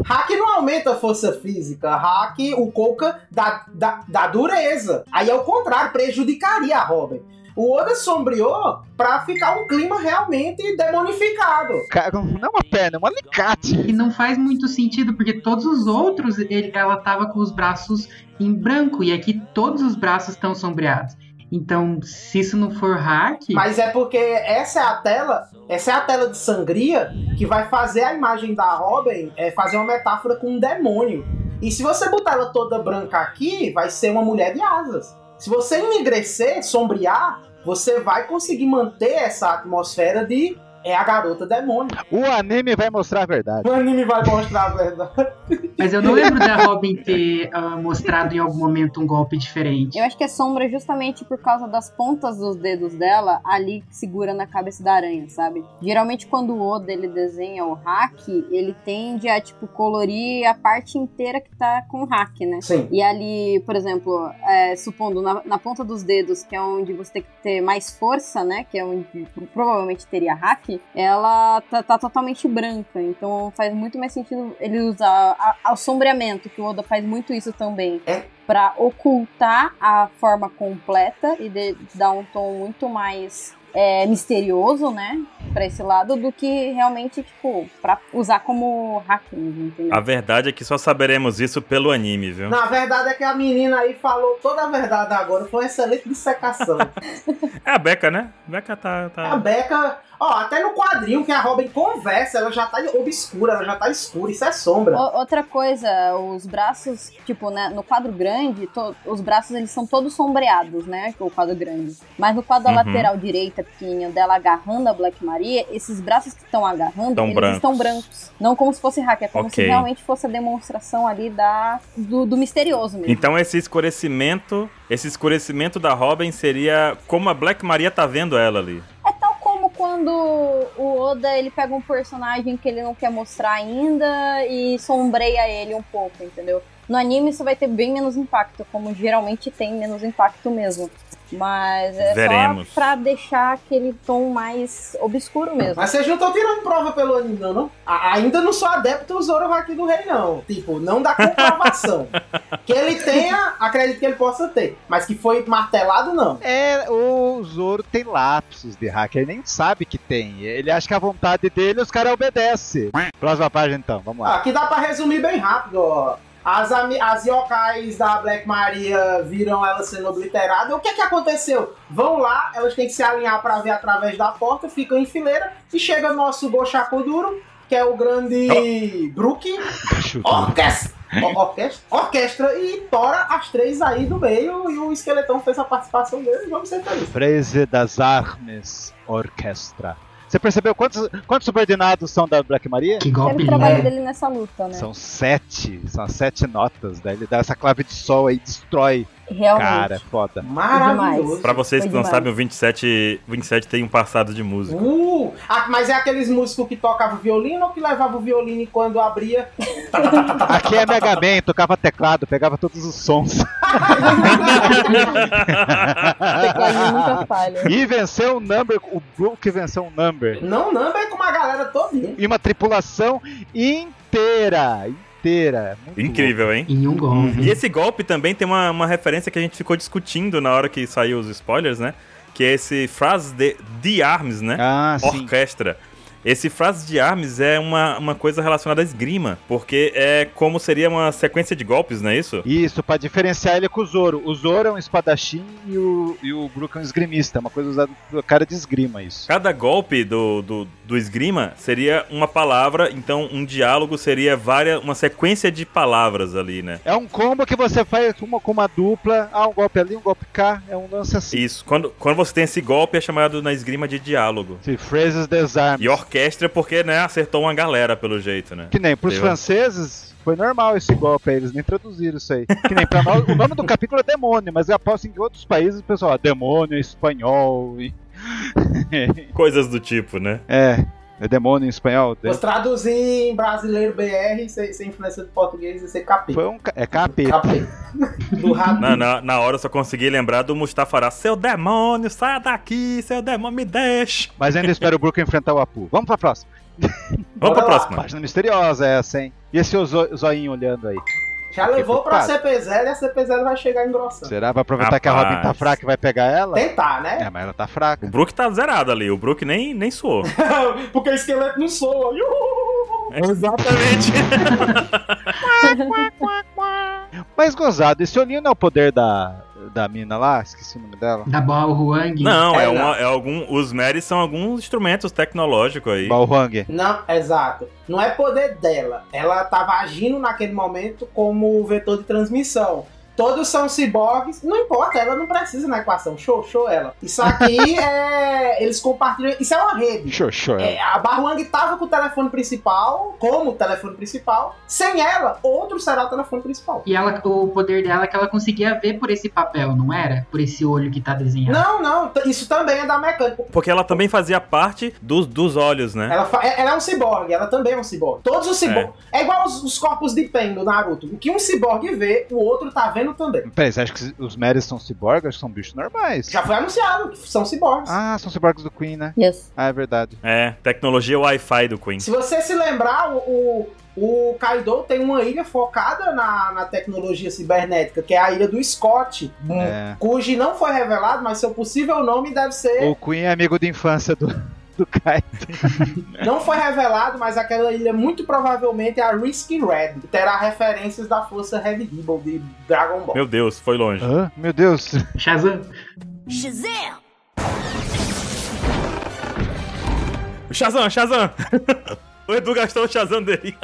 Speaker 4: Hack não aumenta a força física. Hack, o Coca, dá, dá, dá dureza. Aí, ao contrário, prejudicaria a Robin. O Oda sombreou pra ficar um clima realmente demonificado.
Speaker 2: Ca- Não uma perna, um alicate.
Speaker 5: E não faz muito sentido, porque todos os outros ele- ela tava com os braços em branco. E aqui todos os braços estão sombreados. Então, se isso não for hack.
Speaker 4: Mas é porque essa é a tela, essa é a tela de sangria que vai fazer a imagem da Robin é, fazer uma metáfora com um demônio. E se você botar ela toda branca aqui, vai ser uma mulher de asas. Se você enegrecer, sombrear, você vai conseguir manter essa atmosfera de é a garota demônio.
Speaker 2: O anime vai mostrar a verdade.
Speaker 4: O anime vai mostrar a verdade.
Speaker 5: Mas eu não lembro da Robin ter ah, mostrado em algum momento um golpe diferente.
Speaker 3: Eu acho que é sombra justamente por causa das pontas dos dedos dela ali que segura na cabeça da aranha, sabe? Geralmente quando o Oda ele desenha o hack, ele tende a tipo colorir a parte inteira que tá com o hack, né?
Speaker 4: Sim.
Speaker 3: E ali, por exemplo, é, supondo na, na ponta dos dedos, que é onde você tem que ter mais força, né? Que é onde provavelmente teria hack, ela tá, tá totalmente branca. Então faz muito mais sentido ele usar a- a- o sombreamento, que o Oda faz muito isso também.
Speaker 4: É.
Speaker 3: Pra ocultar a forma completa e de- dar um tom muito mais é, misterioso, né? Pra esse lado, do que realmente, tipo, pra usar como hack, mesmo, entendeu?
Speaker 1: A verdade é que só saberemos isso pelo anime, viu?
Speaker 4: Na verdade é que a menina aí falou toda a verdade agora. Foi uma excelente dissecação.
Speaker 1: É a Beca, né? Beca tá. tá-
Speaker 4: É A Becca, ó, até no quadrinho que a Robin conversa, ela já tá obscura, ela já tá escura, isso é sombra.
Speaker 3: O- outra coisa, os braços, tipo, né, no quadro grande, to- os braços eles são todos sombreados, né? O quadro grande. Mas no quadro da
Speaker 1: Uhum.
Speaker 3: lateral direita, pequenininho, dela agarrando a Black Maria, esses braços que estão agarrando,
Speaker 1: Tão
Speaker 3: eles
Speaker 1: brancos.
Speaker 3: estão brancos. Não como se fosse hack, é como
Speaker 1: Ok.
Speaker 3: se realmente fosse a demonstração ali da, do, do misterioso mesmo.
Speaker 1: Então esse escurecimento, esse escurecimento da Robin seria como a Black Maria tá vendo ela ali.
Speaker 3: É tal como quando o Oda ele pega um personagem que ele não quer mostrar ainda e sombreia ele um pouco, entendeu? No anime isso vai ter bem menos impacto, como geralmente tem menos impacto mesmo. Mas é
Speaker 1: Veremos.
Speaker 3: só pra deixar aquele tom mais obscuro mesmo.
Speaker 4: Mas vocês não estão tirando prova pelo anime, não, não? A- ainda não sou adepto do Zoro aqui do Rei, não. Tipo, não dá comprovação. que ele tenha, acredito que ele possa ter. Mas que foi martelado, não.
Speaker 2: É, o Zoro tem lapsos de hack, ele nem sabe que tem. Ele acha que a vontade dele os caras obedecem. Próxima página então, vamos
Speaker 4: Ah,
Speaker 2: lá.
Speaker 4: Aqui dá pra resumir bem rápido, ó. As, ami- as yokais da Black Maria viram ela sendo obliterada. O que é que aconteceu? Vão lá, elas têm que se alinhar pra ver através da porta, ficam em fileira e chega nosso Goshakuduro, que é o grande Brook,
Speaker 2: Chuta.
Speaker 4: orquestra, or- orquestra, orquestra e tora as três aí do meio e o esqueletão fez a participação dele e vamos ser felizes.
Speaker 2: Freze das Armes Orquestra. Você percebeu quantos, quantos subordinados são da Black Maria?
Speaker 5: Que
Speaker 3: Teve
Speaker 5: golpe
Speaker 3: o trabalho
Speaker 5: leve.
Speaker 3: dele nessa luta, né?
Speaker 2: São sete, são as sete notas. Daí ele dá essa clave de sol aí, destrói.
Speaker 3: Realmente.
Speaker 2: Cara, é foda.
Speaker 4: Maravilhoso.
Speaker 1: Pra vocês
Speaker 3: Foi
Speaker 1: que não
Speaker 3: demais.
Speaker 1: sabem, o 27, 27 tem um passado de música.
Speaker 4: Uh, ah, mas é aqueles músicos que tocavam violino ou que levavam o violino e quando abria. tá, tá, tá, tá, tá,
Speaker 2: Aqui é Mega Man, tocava teclado, pegava todos os
Speaker 3: *laughs*
Speaker 2: sons.
Speaker 3: Tecladinho nunca falha.
Speaker 2: e venceu o Number, o Brook venceu o Number.
Speaker 4: Não, não, é com uma galera todinha.
Speaker 2: E uma tripulação inteira, inteira. É Muito
Speaker 1: Incrível, hein?
Speaker 5: Em um golpe.
Speaker 1: E esse golpe também tem uma, uma referência que a gente ficou discutindo na hora que saiu os spoilers, né? Que é esse frase de, de arms, né?
Speaker 2: louco. Ah, sim.
Speaker 1: orquestra. Esse frase de armes é uma, uma coisa relacionada à esgrima, porque é como seria uma sequência de golpes, não é isso?
Speaker 2: Isso, pra diferenciar ele com o Zoro. O Zoro é um espadachim e o, e o Brook é um esgrimista. É uma coisa usada pelo cara de esgrima, isso.
Speaker 1: Cada golpe do, do, do esgrima seria uma palavra, então um diálogo seria várias, uma sequência de palavras ali, né?
Speaker 2: É um combo que você faz uma com uma dupla. Ah, um golpe ali, um golpe cá. É um lance assim.
Speaker 1: Isso. Quando, quando você tem esse golpe, é chamado na esgrima de diálogo.
Speaker 2: Sim, Phrases desarm.
Speaker 1: E orquestra, porque, né, acertou uma galera, pelo jeito, né?
Speaker 2: Que nem pros
Speaker 1: Entendeu?
Speaker 2: franceses, Foi normal esse golpe aí, eles nem traduziram isso aí. Que nem pra nós, o nome do capítulo é demônio, mas eu aposto que em outros países o pessoal, ah, demônio, espanhol e...
Speaker 1: Coisas do tipo, né?
Speaker 2: É, é demônio em espanhol. de-
Speaker 4: Vou traduzir em brasileiro BR, sem, sem influência do português, e ser capeta.
Speaker 2: Foi um. ca- É capeta.
Speaker 4: Capeta. Do rato.
Speaker 1: Na, na, na hora eu só consegui lembrar do Mustafará. Seu demônio, sai daqui, seu demônio, me deixa.
Speaker 2: Mas ainda espero o Brook enfrentar o Apu. Vamos pra próxima.
Speaker 1: Vamos pra
Speaker 4: Bora lá.
Speaker 1: próxima.
Speaker 2: Página misteriosa essa, hein? E esse zo- zoinho olhando aí?
Speaker 4: Já levou pra
Speaker 2: Fiquei
Speaker 4: CP0 e a CP0 vai chegar engrossando.
Speaker 2: Será? Vai aproveitar que a
Speaker 1: Rapaz.
Speaker 2: Robin tá fraca e vai pegar ela?
Speaker 4: Tentar, né?
Speaker 2: É, mas ela tá
Speaker 1: O
Speaker 2: fraca.
Speaker 1: Brook tá zerado ali, o Brook nem, nem suou.
Speaker 4: *laughs* Porque o esqueleto não soa. Iuhu!
Speaker 1: Exatamente.
Speaker 2: Mas gozado, esse olhinho não é o poder da, da mina lá? Esqueci o nome dela.
Speaker 5: Da Bao Huang.
Speaker 1: Não, é,
Speaker 4: É,
Speaker 1: uma,
Speaker 4: não.
Speaker 1: é algum. Os Meris são alguns instrumentos tecnológicos aí.
Speaker 2: Balhang.
Speaker 4: Não, exato. Não é poder dela. Ela tava agindo naquele momento como vetor de transmissão. Todos são ciborgues. Não importa, ela não precisa na equação. Show, show ela. Isso aqui é. Eles compartilham. Isso é uma rede.
Speaker 2: Xoxô, ela.
Speaker 4: É, a Barwang tava com o telefone principal, como o telefone principal. Sem ela, outro será o telefone principal.
Speaker 5: E ela, o poder dela é que ela conseguia ver por esse papel, não era? Por esse olho que tá desenhado.
Speaker 4: Não, não, t- isso também é da mecânica.
Speaker 1: Porque ela também fazia parte dos, dos olhos, né?
Speaker 4: Ela, fa- é- ela é um ciborgue, ela também é um ciborgue. Todos os ciborgues. É. igual os, os corpos de Pen do Naruto. O que um ciborgue vê, o outro tá vendo também.
Speaker 2: Peraí, você acha que os Meres são ciborgues? São bichos normais.
Speaker 4: Já foi anunciado que são ciborgues.
Speaker 2: Ah, são ciborgues do Queen, né?
Speaker 3: *laughs* Yes.
Speaker 2: Ah, é verdade.
Speaker 1: É, tecnologia Wi-Fi do Queen.
Speaker 4: Se você se lembrar, o, o, o Kaido tem uma ilha focada na, na tecnologia cibernética, que é a ilha do Scott, um-
Speaker 2: É.
Speaker 4: cujo não foi revelado, mas seu possível nome deve ser.
Speaker 2: O Queen é amigo de infância do, *laughs* do Kai.
Speaker 4: Não foi revelado, mas aquela ilha muito provavelmente é a Risky Red. que Terá referências da força Red Ribbon de Dragon Ball.
Speaker 1: Meu Deus, foi longe.
Speaker 2: Hã? Meu Deus. *laughs*
Speaker 5: Shazam.
Speaker 1: Shazam, Shazam! *laughs* O Edu gastou o Shazam dele.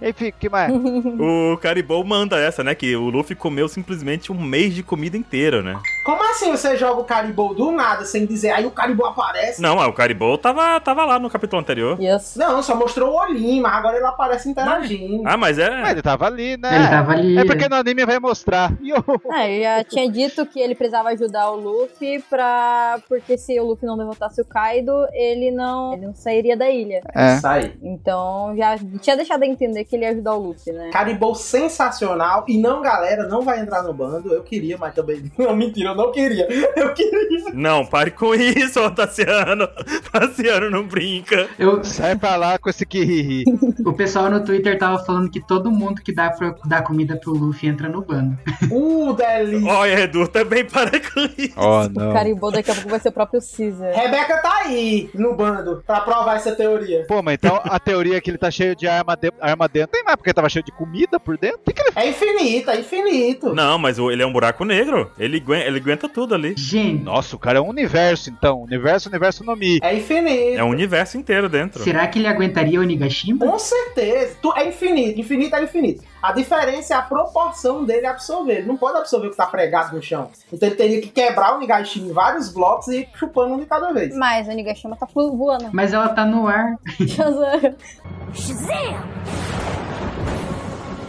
Speaker 2: Enfim, que mais?
Speaker 1: O Caribou manda essa, né? Que o Luffy comeu simplesmente um mês de comida inteira, né?
Speaker 4: Como assim você joga o Caribou do nada sem dizer, aí o Caribou aparece?
Speaker 1: Não, é, o Caribou tava, tava lá no capítulo anterior.
Speaker 3: Yes.
Speaker 4: Não, só mostrou o olhinho, mas agora ele aparece interagindo.
Speaker 1: Ah, mas
Speaker 2: Mas
Speaker 1: é.
Speaker 2: ele tava ali, né?
Speaker 5: Ele tava ali.
Speaker 2: É porque no anime vai mostrar. Yo.
Speaker 3: Ah, eu já tinha dito que ele precisava ajudar o Luffy pra. Porque se o Luffy não derrotasse o Kaido, ele não. Ele não sairia da ilha.
Speaker 2: É.
Speaker 4: Isso aí.
Speaker 3: Então já tinha deixado a entender que ele ia ajudar o Luffy, né?
Speaker 4: Caribou sensacional. E não, galera, não vai entrar no bando. Eu queria, mas também. *laughs* Não, mentira, eu não queria.
Speaker 1: *laughs*
Speaker 4: Eu queria.
Speaker 1: Não, pare com isso, *laughs* ô Tassiano. Tassiano não brinca.
Speaker 5: Eu,
Speaker 2: Sai pra lá com esse kiriri.
Speaker 5: o pessoal no Twitter tava falando que todo mundo que dá, pro, dá comida pro Luffy entra no bando.
Speaker 4: Uh, delícia.
Speaker 1: Olha, Edu, também para com isso.
Speaker 2: Oh,
Speaker 3: O
Speaker 2: não.
Speaker 3: Caribou daqui a pouco vai ser o próprio Caesar.
Speaker 4: Rebeca tá aí no bando pra provar essa teoria.
Speaker 2: Pô, mas então a teoria é que ele tá cheio de arma, de- arma dentro. Tem mais porque tava cheio de comida por dentro. Que que ele...
Speaker 4: É infinito, é infinito.
Speaker 1: Não, mas o- ele é um buraco negro. Ele aguenta, ele aguenta tudo ali.
Speaker 5: Gente,
Speaker 2: Nossa, o cara é um universo, então. Universo, universo no Mi.
Speaker 4: É infinito.
Speaker 1: É um universo inteiro dentro.
Speaker 5: será que ele aguentaria o Onigashima?
Speaker 4: Com certeza. Tu, é infinito. Infinito é infinito. A diferença é a proporção dele absorver. Ele não pode absorver o que tá pregado no chão. Então ele teria que quebrar o Nigashima em vários blocos e ir chupando um de cada vez.
Speaker 3: Mas a Onigashima tá fu- voando. *laughs*
Speaker 5: Mas ela tá no ar.
Speaker 3: Shazam.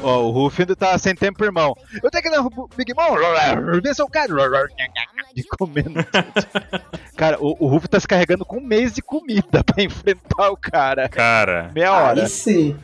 Speaker 2: Ó, o Ruff ainda tá sem tempo, irmão. Eu tenho que dar o Big Mom. Vê se eu quero. E comendo. Cara, o, o Ruff tá se carregando com um mês de comida *laughs* pra enfrentar o cara.
Speaker 1: Cara. Ah.
Speaker 2: Meia hora.
Speaker 4: Aí sim.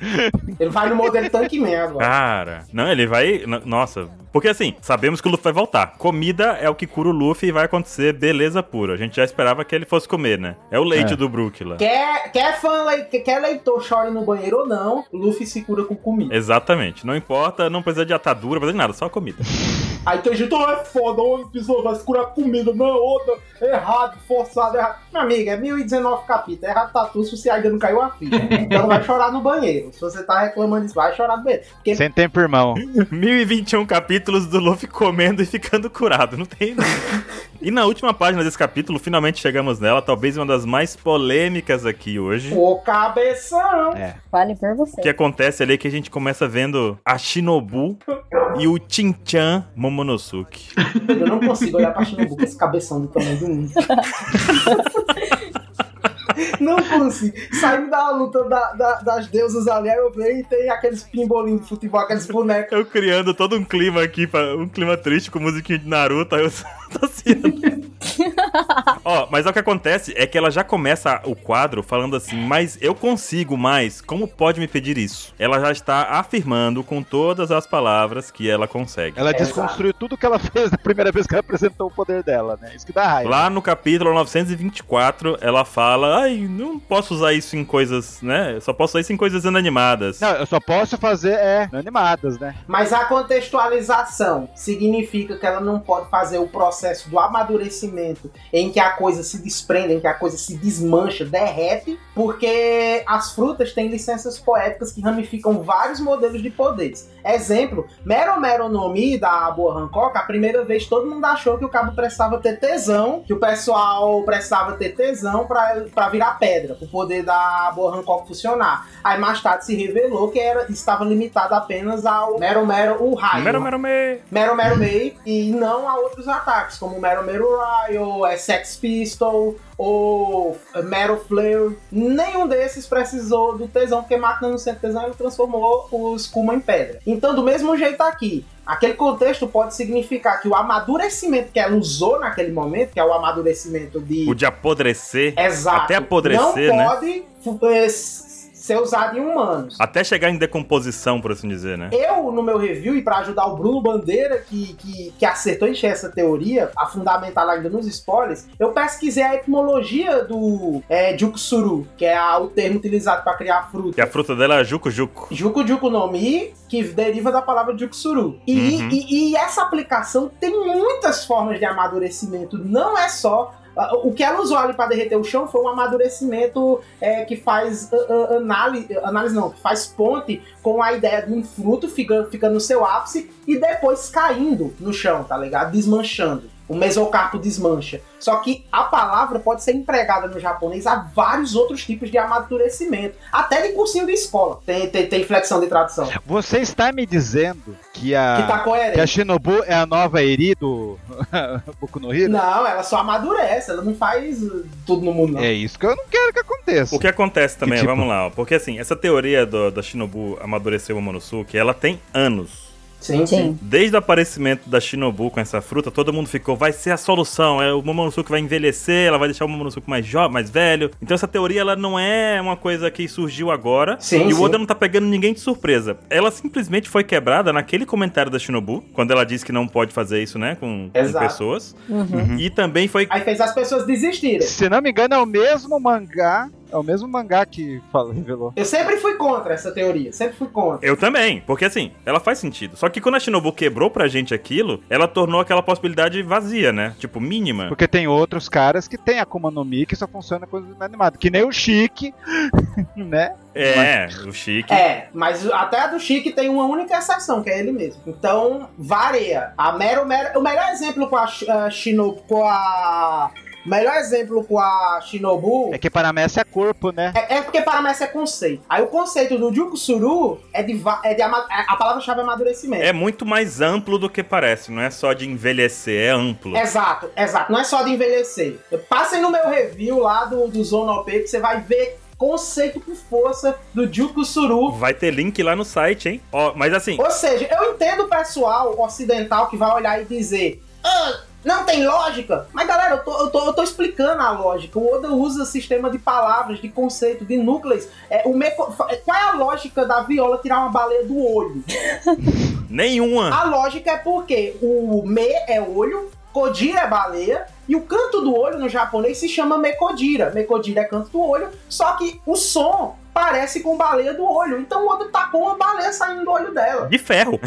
Speaker 4: Ele vai no modelo tanque mesmo agora.
Speaker 1: Cara. Não, ele vai. no- Nossa. Porque assim, sabemos que o Luffy vai voltar. Comida é o que cura o Luffy e vai acontecer beleza pura. A gente já esperava que ele fosse comer, né? É o leite
Speaker 2: É.
Speaker 1: do Brook lá.
Speaker 4: Quer, quer fã, lei- quer leitor chore no banheiro ou não, Luffy se cura com comida.
Speaker 1: Exatamente. Não importa, não precisa de atadura, não precisa de nada, só comida.
Speaker 4: Aí tem gente, oh, é foda, uma pessoa vai se curar com comida, não, é outra, errado, forçado, errado. Minha amiga, é 1019 capítulos, errado tatu se você ainda não caiu a fita. Então vai chorar no banheiro. Se você tá reclamando disso, vai chorar no banheiro. Porque
Speaker 2: Sem tempo, irmão.
Speaker 1: 1021 capítulos do Luffy comendo e ficando curado. Não tem. e na última página desse capítulo, finalmente chegamos nela, talvez uma das mais polêmicas aqui hoje.
Speaker 4: o cabeção.
Speaker 2: É.
Speaker 3: Vale por
Speaker 1: O
Speaker 3: você.
Speaker 1: que acontece ali é que a gente começa vendo a Shinobu e o Chan Momonosuke.
Speaker 4: Eu não consigo olhar pra Shinobu com esse cabeção do tamanho do mundo. Não consigo. Saindo da luta da- da- das deusas ali, aí eu vejo e tem aqueles pimbolinhos de futebol, aqueles bonecos.
Speaker 1: Eu criando todo um clima aqui, pra- um clima triste com musiquinha de Naruto, aí eu *laughs* tô assim. Ó, mas o que acontece é que ela já começa o quadro falando assim, mas eu consigo mais, como pode me pedir isso? Ela já está afirmando com todas as palavras que ela consegue.
Speaker 2: Ela
Speaker 4: Exato.
Speaker 2: desconstruiu tudo que ela fez na primeira vez que ela apresentou o poder dela, né? Isso que dá raiva.
Speaker 1: Lá no capítulo 924, ela fala: Ai, não posso usar isso em coisas, né? Só posso usar isso em coisas inanimadas.
Speaker 2: Não, eu só posso fazer, é, animadas, né?
Speaker 4: Mas a contextualização significa que ela não pode fazer o processo do amadurecimento em que a coisa se desprende, em que a coisa se desmancha, derrete, porque as frutas têm licenças poéticas que ramificam vários modelos de poderes. Exemplo, Mero Mero no Mi, da Boa Hancock, a primeira vez todo mundo achou que o cabo precisava ter tesão, que o pessoal precisava ter tesão pra pra virar pedra, pro poder da Boa Hancock funcionar. Aí mais tarde se revelou que era, estava limitado apenas ao Mero Mero o raio.
Speaker 1: Mero, mero, me.
Speaker 4: Mero Mero May e não a outros ataques, como Mero Mero Rai, ou é Sex Pistol, ou Mero Flare. Nenhum desses precisou do tesão, porque Máquina no Centro Tesão ele transformou os Kuma em pedra. Então, do mesmo jeito aqui. Aquele contexto pode significar que o amadurecimento que ela usou naquele momento, que é o amadurecimento de
Speaker 1: O de apodrecer,
Speaker 4: Exato.
Speaker 1: Até apodrecer,
Speaker 4: não
Speaker 1: né?
Speaker 4: pode fu- eh, s- ser usado em humanos.
Speaker 1: até chegar em decomposição, por assim dizer, né?
Speaker 4: Eu, no meu review, e pra ajudar o Bruno Bandeira, que, que, que acertou em cheio essa teoria, a fundamental ainda nos spoilers, eu pesquisei a etimologia do é, Jukusuru, que é a- o termo utilizado pra criar fruta.
Speaker 1: E a fruta dela é juco-juco.
Speaker 4: Juku Juku no Mi, que deriva da palavra Jukusuru. E,
Speaker 1: Uhum.
Speaker 4: e- e essa aplicação tem muitas formas de amadurecimento, não é só. ah, O que ela usou ali para derreter o chão foi um amadurecimento eh, que faz ah, ah, análise, análise não, que faz ponte com a ideia de um fruto ficando, ficando no seu ápice e depois caindo no chão, tá ligado? Desmanchando. O mesocarpo desmancha. Só que a palavra pode ser empregada no japonês a vários outros tipos de amadurecimento. Até de cursinho de escola. Tem, tem, tem flexão de tradução.
Speaker 2: Você está me dizendo que a.
Speaker 4: Que
Speaker 2: Ah,
Speaker 4: tá
Speaker 2: que a
Speaker 4: coerente.
Speaker 2: Shinobu é a nova Eri do *laughs* Boku no Hero?
Speaker 4: Não, ela só amadurece, ela não faz uh, tudo no mundo, não.
Speaker 2: né? É isso que eu não quero que aconteça.
Speaker 1: O que acontece também,
Speaker 2: tipo?
Speaker 1: vamos lá, ó, porque assim, essa teoria do- da Shinobu amadurecer o Momonosuke, ela tem anos.
Speaker 4: Sim, sim.
Speaker 3: Sim.
Speaker 1: Desde o aparecimento da Shinobu com essa fruta, todo mundo ficou, vai ser a solução, é, o Momonosuke vai envelhecer, ela vai deixar o Momonosuke mais jovem, mais velho. Então essa teoria, ela não é uma coisa que surgiu agora.
Speaker 4: Sim,
Speaker 1: e o
Speaker 4: sim.
Speaker 1: Oda não tá pegando ninguém de surpresa. Ela simplesmente foi quebrada naquele comentário da Shinobu, quando ela disse que não pode fazer isso, né, com, com
Speaker 4: Exato.
Speaker 1: pessoas.
Speaker 3: Uhum.
Speaker 1: E também foi
Speaker 4: Aí fez as pessoas desistirem.
Speaker 2: Se não me engano, é o mesmo mangá. É o mesmo mangá que fala- revelou.
Speaker 4: Eu sempre fui contra essa teoria, sempre fui contra.
Speaker 1: Eu também, porque assim, ela faz sentido. Só que quando a Shinobu quebrou pra gente aquilo, ela tornou aquela possibilidade vazia, né? Tipo, mínima.
Speaker 2: Porque tem outros caras que tem Akuma no Mi que só funciona com coisa animada. Que nem o Chique, *laughs* né?
Speaker 1: É, o chique.
Speaker 4: É, mas até a do Chique tem uma única exceção, que é ele mesmo. Então, varia. A Mero Mero. O melhor exemplo com a Shi- a Shinobu. Com a. O melhor exemplo com a Shinobu.
Speaker 2: É que para a Messi é corpo, né?
Speaker 4: É, é porque para mim esse é conceito. Aí o conceito do Jukusuru é de, va- é de ama- é- a palavra-chave é amadurecimento.
Speaker 1: É muito mais amplo do que parece, não é só de envelhecer, é amplo.
Speaker 4: Exato, exato. Não é só de envelhecer. Passem no meu review lá do, do Zona OP que você vai ver conceito com força do Jukusuru.
Speaker 1: Vai ter link lá no site, hein? Ó, mas assim,
Speaker 4: Ou seja, eu entendo o pessoal ocidental que vai olhar e dizer. "Ah, não tem lógica? Mas galera, eu tô, eu, tô, eu tô explicando a lógica. O Oda usa sistema de palavras, de conceito, de núcleos. É, o meco- Qual é a lógica da viola tirar uma baleia do olho?
Speaker 1: nenhuma.
Speaker 4: A lógica é porque o me é olho, kodira é baleia, e o canto do olho no japonês se chama mekodira. Mekodira é canto do olho, só que o som parece com baleia do olho. Então o Oda tacou uma baleia saindo do olho dela.
Speaker 1: De ferro.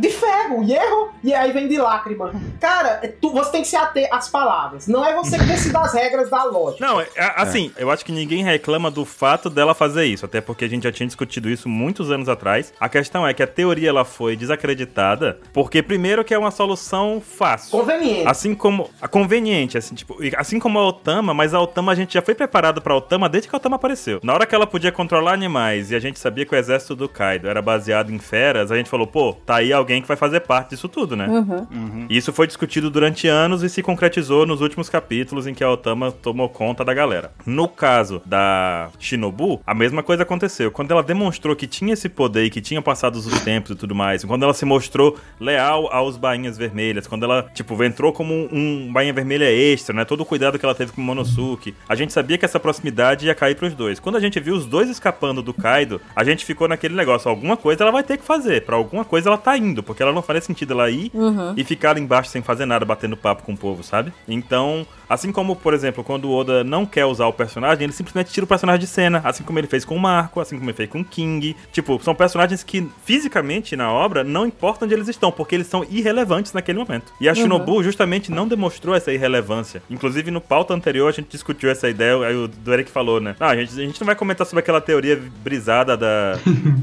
Speaker 4: De ferro, e erro, e aí vem de lágrima. Cara, é tu, você tem que se ater às palavras. Não é você que decide as regras da lógica.
Speaker 1: Não, é- a- assim, eu acho que ninguém reclama do fato dela fazer isso, até porque a gente já tinha discutido isso muitos anos atrás. A questão é que a teoria ela foi desacreditada, porque primeiro que é uma solução fácil.
Speaker 4: Conveniente.
Speaker 1: Assim como. A conveniente, assim, tipo, e assim como a Otama, mas a Otama a gente já foi preparado pra Otama desde que a Otama apareceu. Na hora que ela podia controlar animais e a gente sabia que o exército do Kaido era baseado em feras, a gente falou, pô, tá aí alguém que vai fazer parte disso tudo, né?
Speaker 3: Uhum.
Speaker 2: Uhum.
Speaker 1: E Isso foi discutido durante anos e se concretizou nos últimos capítulos em que a Otama tomou conta da galera. No caso da Shinobu, a mesma coisa aconteceu. Quando ela demonstrou que tinha esse poder e que tinha passados os tempos e tudo mais, quando ela se mostrou leal aos bainhas vermelhas, quando ela, tipo, entrou como um bainha vermelha extra, né? Todo o cuidado que ela teve com o Monosuke. A gente sabia que essa proximidade ia cair pros dois. Quando a gente viu os dois escapando do Kaido, a gente ficou naquele negócio, alguma coisa ela vai ter que fazer, pra alguma coisa ela tá indo, porque ela não faria sentido ela ir
Speaker 3: Uhum.
Speaker 1: e ficar ali embaixo sem fazer nada, batendo papo com o povo, sabe? Então, assim como, por exemplo, quando o Oda não quer usar o personagem, ele simplesmente tira o personagem de cena, assim como ele fez com o Marco, assim como ele fez com o King. Tipo, são personagens que fisicamente na obra não importa onde eles estão, porque eles são irrelevantes naquele momento. E a
Speaker 3: Uhum.
Speaker 1: Shinobu justamente não demonstrou essa irrelevância. Inclusive, no pauta anterior a gente discutiu essa ideia, aí o do Eric falou, né? Ah, a gente, a gente não vai comentar sobre aquela teoria brisada da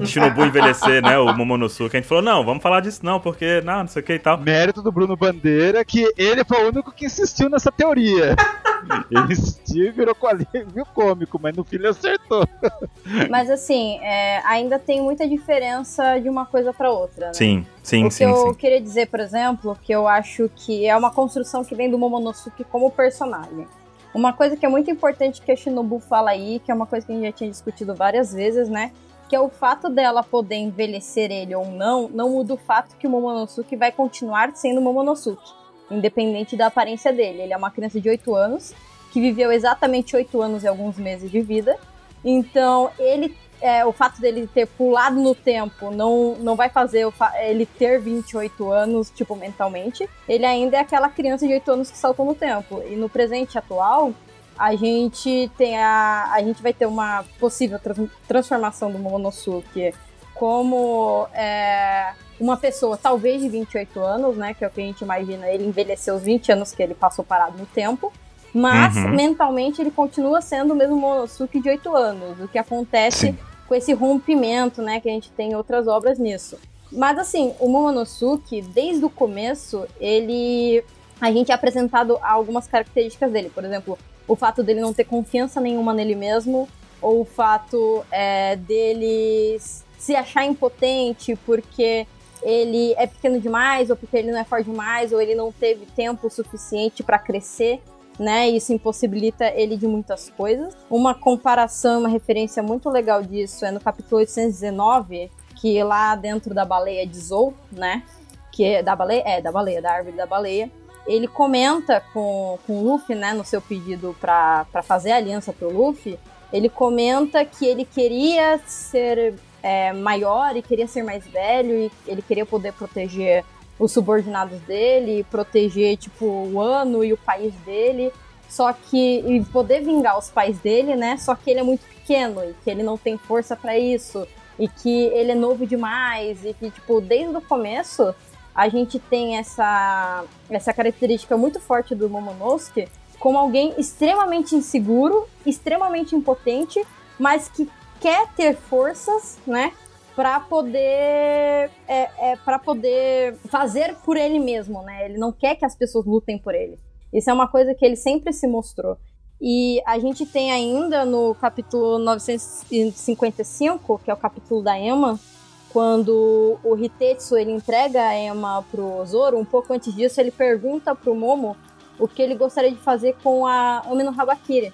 Speaker 1: Shinobu envelhecer, né? O Momonosuke. A gente falou, não, vamos falar disso não, porque, não, não sei o que e tal.
Speaker 2: Mérito do Bruno Bandeira, que ele foi o único que insistiu nessa *laughs* teoria. ele insistiu e virou quali- viu cômico, mas no fim ele acertou.
Speaker 3: Mas assim, é, ainda tem muita diferença de uma coisa pra outra, né?
Speaker 1: Sim, sim,
Speaker 3: o que
Speaker 1: sim,
Speaker 3: eu
Speaker 1: sim.
Speaker 3: queria dizer, por exemplo, que eu acho que é uma construção que vem do Momonosuke como personagem. Uma coisa que é muito importante que a Shinobu fala aí, que é uma coisa que a gente já tinha discutido várias vezes, né? Que é o fato dela poder envelhecer ele ou não, não muda o fato que o Momonosuke vai continuar sendo Momonosuke, independente da aparência dele. Ele é uma criança de 8 anos, que viveu exatamente 8 anos e alguns meses de vida. Então, ele é, o fato dele ter pulado no tempo não, não vai fazer o fa- ele ter 28 anos, tipo, mentalmente. Ele ainda é aquela criança de 8 anos que saltou no tempo. E no presente atual, a gente tem a. A gente vai ter uma possível trans- transformação do Momonosuke é como é, uma pessoa, talvez de 28 anos, né? Que é o que a gente imagina. Ele envelheceu os 20 anos que ele passou parado no tempo. Mas
Speaker 1: Uhum.
Speaker 3: mentalmente ele continua sendo o mesmo Momonosuke de 8 anos. O que acontece
Speaker 1: Sim.
Speaker 3: com esse rompimento, né, que a gente tem em outras obras nisso. Mas assim, o Momonosuke, desde o começo, ele a gente é apresentado a algumas características dele, por exemplo, o fato dele não ter confiança nenhuma nele mesmo, ou o fato é, dele se achar impotente porque ele é pequeno demais, ou porque ele não é forte demais, ou ele não teve tempo suficiente para crescer né? Isso impossibilita ele de muitas coisas. Uma comparação, uma referência muito legal disso é no capítulo 819, que lá dentro da baleia de Zou, né? Que é da baleia, é da baleia, da árvore da baleia. Ele comenta com, com o Luffy, né, no seu pedido pra pra fazer a aliança pro Luffy, ele comenta que ele queria ser é, maior e queria ser mais velho e ele queria poder proteger os subordinados dele, proteger, tipo, o ano e o país dele, só que. e poder vingar os pais dele, né? Só que ele é muito pequeno e que ele não tem força pra isso, e que ele é novo demais, e que, tipo, desde o começo a gente tem essa, essa característica muito forte do Momonosuke como alguém extremamente inseguro, extremamente impotente, mas que quer ter forças, né? Pra poder é, é para poder fazer por ele mesmo, né? Ele não quer que as pessoas lutem por ele. Isso é uma coisa que ele sempre se mostrou. E a gente tem ainda no capítulo 955, que é o capítulo da Emma, quando o Hitetsu ele entrega a Emma pro Zoro, um pouco antes disso ele pergunta pro Momo o que ele gostaria de fazer com a Umi no Habakiri.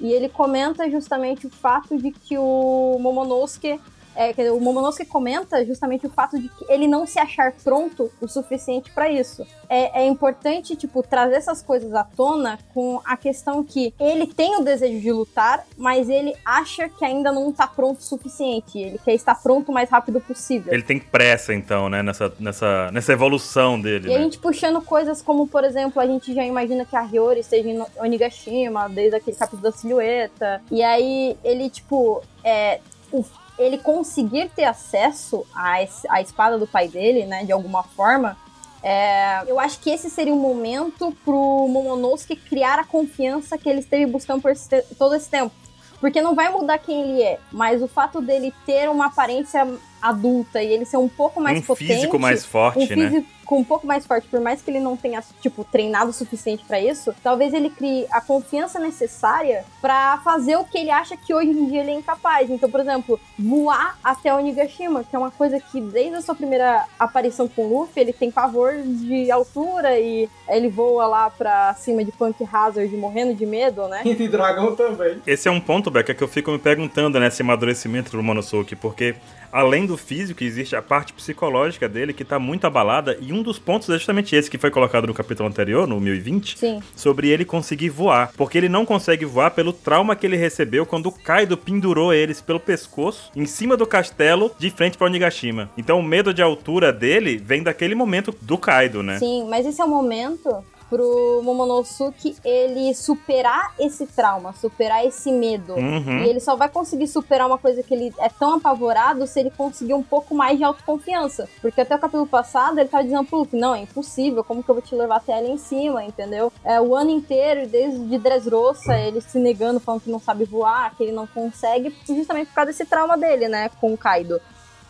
Speaker 3: E ele comenta justamente o fato de que o Momonosuke é, quer dizer, o Momonosuke comenta justamente o fato de que ele não se achar pronto o suficiente para isso. É, é importante, tipo, trazer essas coisas à tona com a questão que ele tem o desejo de lutar, mas ele acha que ainda não tá pronto o suficiente. Ele quer estar pronto o mais rápido possível.
Speaker 1: Ele tem pressa, então, né? Nessa, nessa, nessa evolução dele,
Speaker 3: E um a
Speaker 1: né?
Speaker 3: gente puxando coisas como, por exemplo, a gente já imagina que a Hiyori esteja em Onigashima, desde aquele capítulo da silhueta. E aí ele, tipo, é, o- ele conseguir ter acesso à, es- à espada do pai dele, né, de alguma forma. é, eu acho que esse seria o momento pro Momonosuke criar a confiança que ele esteve buscando por esse te- todo esse tempo. Porque não vai mudar quem ele é, mas o fato dele ter uma aparência adulta e ele ser um pouco mais
Speaker 1: um
Speaker 3: potente.
Speaker 1: físico mais
Speaker 3: um
Speaker 1: forte, né?
Speaker 3: físico um pouco mais forte, por mais que ele não tenha, tipo, treinado o suficiente pra isso, talvez ele crie a confiança necessária pra fazer o que ele acha que hoje em dia ele é incapaz. Então, por exemplo, voar até Onigashima, que é uma coisa que desde a sua primeira aparição com o Luffy, ele tem pavor de altura e ele voa lá pra cima de Punk Hazard morrendo de medo, né?
Speaker 4: E de dragão também.
Speaker 1: Esse é um ponto, Beca, que eu fico me perguntando, né, esse amadurecimento do Monosuke, porque além do físico, existe a parte psicológica dele que tá muito abalada, e um dos pontos é justamente esse que foi colocado no capítulo anterior, no 1020,
Speaker 3: Sim.
Speaker 1: sobre ele conseguir voar, porque ele não consegue voar pelo trauma que ele recebeu quando o Kaido pendurou eles pelo pescoço em cima do castelo, de frente pra Onigashima. Então o medo de altura dele vem daquele momento do Kaido, né?
Speaker 3: Sim, mas esse é o momento pro Momonosuke ele superar esse trauma, superar esse medo.
Speaker 1: Uhum.
Speaker 3: E ele só vai conseguir superar uma coisa que ele é tão apavorado se ele conseguir um pouco mais de autoconfiança. Porque até o capítulo passado ele tava dizendo pro Luffy, não, é impossível, como que eu vou te levar até ali em cima, entendeu? É, o ano inteiro, desde Dressrosa, ele se negando, falando que não sabe voar, que ele não consegue, justamente por causa desse trauma dele, né, com o Kaido.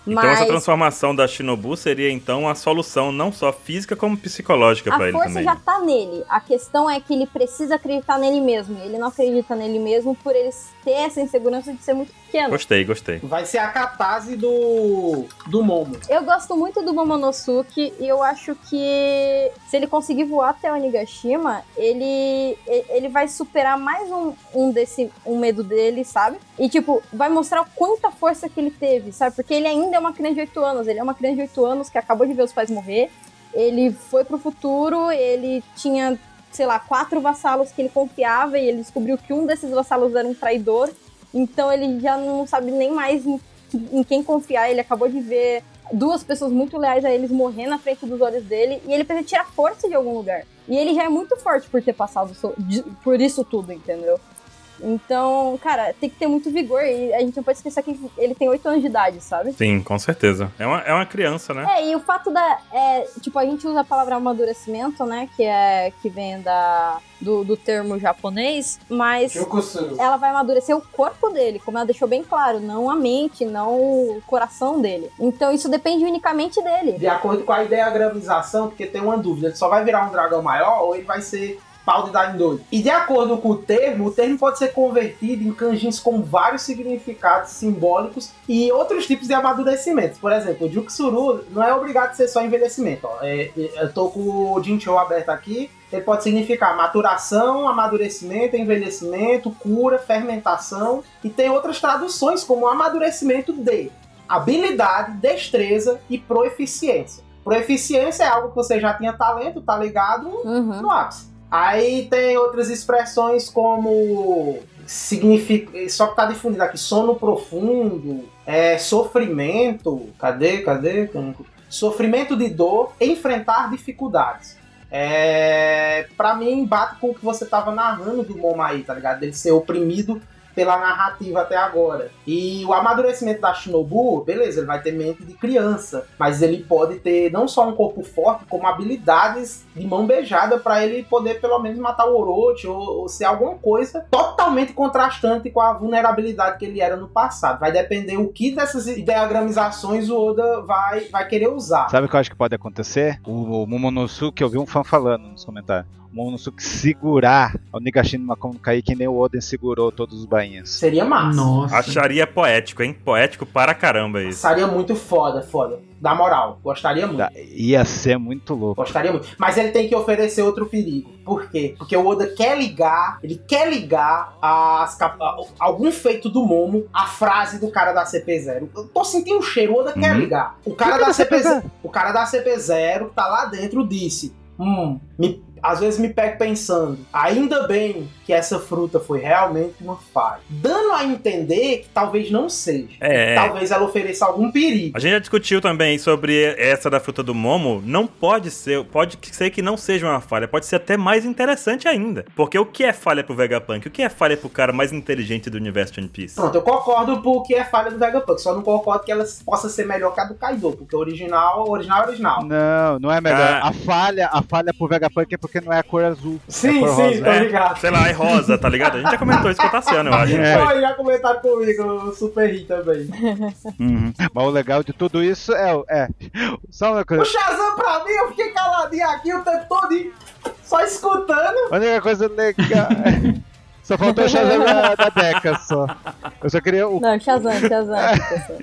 Speaker 1: Então essa transformação da Shinobu seria então a solução não só física como psicológica pra
Speaker 3: A
Speaker 1: ele
Speaker 3: força
Speaker 1: também.
Speaker 3: já tá nele. A questão é que ele precisa acreditar nele mesmo. Ele não acredita nele mesmo por ele ter essa insegurança de ser muito pequeno.
Speaker 1: Gostei, gostei.
Speaker 4: Vai ser a catarse do, do Momo.
Speaker 3: Eu gosto muito do Momonosuke e eu acho que se ele conseguir voar até Onigashima, ele, e- ele vai superar mais um, um desse um medo dele, sabe? E tipo, vai mostrar quanta força que ele teve, sabe? Porque ele ainda é uma criança de 8 anos, ele é uma criança de 8 anos que acabou de ver os pais morrer. Ele foi pro futuro, ele tinha, sei lá, quatro vassalos que ele confiava e ele descobriu que um desses vassalos era um traidor. Então ele já não sabe nem mais em- em quem confiar, ele acabou de ver duas pessoas muito leais a eles morrer na frente dos olhos dele e ele precisa tirar força de algum lugar. E ele já é muito forte por ter passado so- de- por isso tudo, entendeu? Então, cara, tem que ter muito vigor e a gente não pode esquecer que ele tem 8 anos de idade, sabe?
Speaker 1: Sim, com certeza. É uma, é uma criança, né?
Speaker 3: É, e o fato da. é, tipo, a gente usa a palavra amadurecimento, né? Que é que vem da, do, do termo japonês, mas
Speaker 4: Jukusuru.
Speaker 3: ela vai amadurecer o corpo dele, como ela deixou bem claro, não a mente, não o coração dele. Então isso depende unicamente dele.
Speaker 4: De acordo com a ideagramização, porque tem uma dúvida, ele só vai virar um dragão maior ou ele vai ser pau de dar em dois? E de acordo com o termo, o termo pode ser convertido em kanjins com vários significados simbólicos e outros tipos de amadurecimento. Por exemplo, o Jukusuru não é obrigado a ser só envelhecimento. ó. É, é, eu tô com o Jinchou aberto aqui, ele pode significar maturação, amadurecimento, envelhecimento, cura, fermentação e tem outras traduções como amadurecimento de habilidade, destreza e proeficiência. Proeficiência é algo que você já tinha talento, tá ligado?
Speaker 3: Uhum.
Speaker 4: No ápice. Aí tem outras expressões como significa, só que tá difundido aqui, sono profundo, é, sofrimento, cadê, cadê? Sofrimento de dor, enfrentar dificuldades. É, para mim bate com o que você tava narrando do Mom aí, tá ligado? Dele ser oprimido pela narrativa até agora. E o amadurecimento da Shinobu, beleza, ele vai ter mente de criança, mas ele pode ter não só um corpo forte, como habilidades de mão beijada para ele poder pelo menos matar o Orochi ou, ou ser alguma coisa totalmente contrastante com a vulnerabilidade que ele era no passado. Vai depender o que dessas ideogramizações o Oda vai, vai querer usar.
Speaker 2: Sabe o que eu acho que pode acontecer? O, o Momonosuke, eu vi um fã falando nos comentários. O Momonosuke segurar o Nigashino Makono Kai que nem o Oden segurou todos os bainhas.
Speaker 4: Seria massa.
Speaker 5: Nossa.
Speaker 1: Acharia poético, hein? Poético para caramba isso.
Speaker 4: Seria muito foda, foda. Da moral, gostaria muito.
Speaker 2: Tá, Ia ser muito louco.
Speaker 4: Gostaria muito. Mas ele tem que oferecer outro perigo. Por quê? Porque o Oda quer ligar, ele quer ligar as cap- a- algum feito do Momo à frase do cara da CP0. Eu tô sentindo o cheiro, o Oda quer
Speaker 1: Uhum.
Speaker 4: ligar. O cara
Speaker 2: Por que
Speaker 4: da
Speaker 2: você
Speaker 4: CP0,
Speaker 2: pega-
Speaker 4: o cara da CP0 que tá lá dentro disse: "Hum, me- às vezes me pego pensando, ainda bem que essa fruta foi realmente uma falha. Dando a entender que talvez não seja.
Speaker 1: É.
Speaker 3: Tá
Speaker 4: Talvez ela ofereça algum perigo.
Speaker 1: A gente já discutiu também sobre essa da fruta do Momo. Não pode ser, pode que- ser que não seja uma falha, pode ser até mais interessante ainda. Porque o que é falha pro Vegapunk? O que é falha pro cara mais inteligente do universo de One Piece?
Speaker 4: Pronto, eu concordo porque é falha do Vegapunk, só não concordo que ela possa ser melhor que a do Kaido, porque o original, o original é original.
Speaker 2: Não, não é melhor.
Speaker 1: Ah.
Speaker 2: A falha, a falha pro Vegapunk é porque que não é a cor azul. é a
Speaker 4: Sim,
Speaker 2: cor
Speaker 4: sim,
Speaker 2: rosa.
Speaker 4: tô
Speaker 1: É.
Speaker 4: ligado.
Speaker 1: Sei lá, é rosa, tá ligado? A gente já comentou isso com o Tassiano, eu acho. não
Speaker 2: É.
Speaker 1: foi?
Speaker 4: Olha, já comentaram comigo, o Super Ri também.
Speaker 2: Uhum. *laughs* Mas o legal de tudo isso é. o- é só uma
Speaker 4: O
Speaker 2: coisa.
Speaker 4: Shazam pra mim, eu fiquei caladinho aqui o tempo todo, e só escutando.
Speaker 2: A única coisa legal. é- Só faltou o Shazam da, da Deca só. Eu só queria o-
Speaker 3: Não, Shazam, Shazam. pessoal.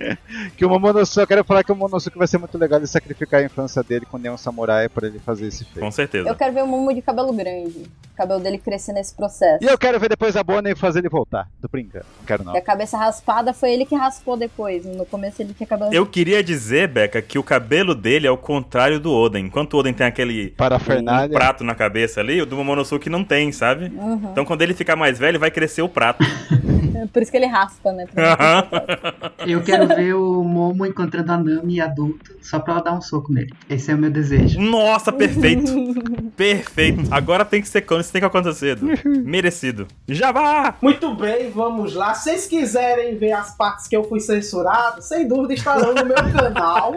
Speaker 2: que o Momonosuke. Eu quero falar que o Momonosuke vai ser muito legal ele sacrificar a infância dele com nenhum samurai pra ele fazer esse feito.
Speaker 1: Com certeza.
Speaker 3: Eu quero ver o Momo de cabelo grande. O cabelo dele crescer nesse processo.
Speaker 2: E eu quero ver depois a Bonnie fazer ele voltar. Tô brincando. Não quero
Speaker 4: É.
Speaker 2: não.
Speaker 3: E a cabeça raspada foi ele que raspou depois. No começo ele tinha cabelo
Speaker 1: Eu queria dizer, Beca, que o cabelo dele é o contrário do Oden. Enquanto o Oden tem aquele um
Speaker 2: Parafernália.
Speaker 1: prato na cabeça ali, o do Momonosuke não tem, sabe?
Speaker 3: Uhum.
Speaker 1: Então quando ele ficar mais velho, vai crescer o prato. *laughs*
Speaker 3: É Por isso que ele raspa, né?
Speaker 1: É.
Speaker 5: Eu quero ver o Momo encontrando a Nami adulto, só pra ela dar um soco nele. Esse é o meu desejo.
Speaker 1: Nossa,
Speaker 3: *laughs*
Speaker 1: perfeito! Perfeito! Agora tem que ser quando isso tem que acontecer. Edu. Merecido. Já vá!
Speaker 4: Muito bem, vamos lá. Se vocês quiserem ver as partes que eu fui censurado, sem dúvida estarão no meu canal.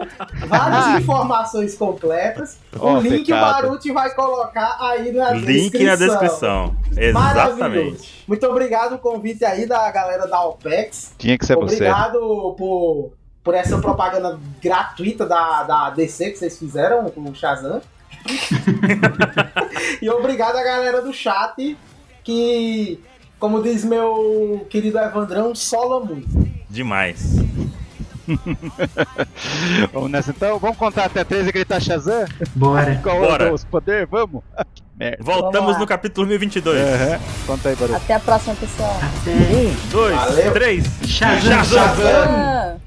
Speaker 4: Várias informações completas.
Speaker 2: Ó,
Speaker 4: o Um link
Speaker 2: pecado.
Speaker 4: o Baruti vai colocar aí na
Speaker 1: Link na descrição.
Speaker 4: Maravilhoso.
Speaker 1: Exatamente.
Speaker 4: Muito obrigado o convite aí da galera da OPEX.
Speaker 2: Tinha que ser você.
Speaker 4: Obrigado por, por essa propaganda gratuita da, da DC que vocês fizeram com o Shazam. e obrigado a galera do chat que, como diz meu querido Evandrão, sola muito.
Speaker 1: Demais.
Speaker 2: Vamos nessa então? Vamos contar até três e gritar Shazam?
Speaker 5: Bora.
Speaker 2: Qual
Speaker 1: Bora.
Speaker 2: é os poderes? Vamos? Que merda.
Speaker 3: Vamos
Speaker 1: Voltamos
Speaker 3: lá.
Speaker 1: no capítulo 1022.
Speaker 2: Aham. Conta aí, Barulho.
Speaker 3: Até a próxima, pessoal.
Speaker 5: Até.
Speaker 1: Dois,
Speaker 3: É.
Speaker 4: Valeu.
Speaker 1: três.
Speaker 5: Shazam!
Speaker 2: É.
Speaker 1: Shazam.
Speaker 3: Shazam!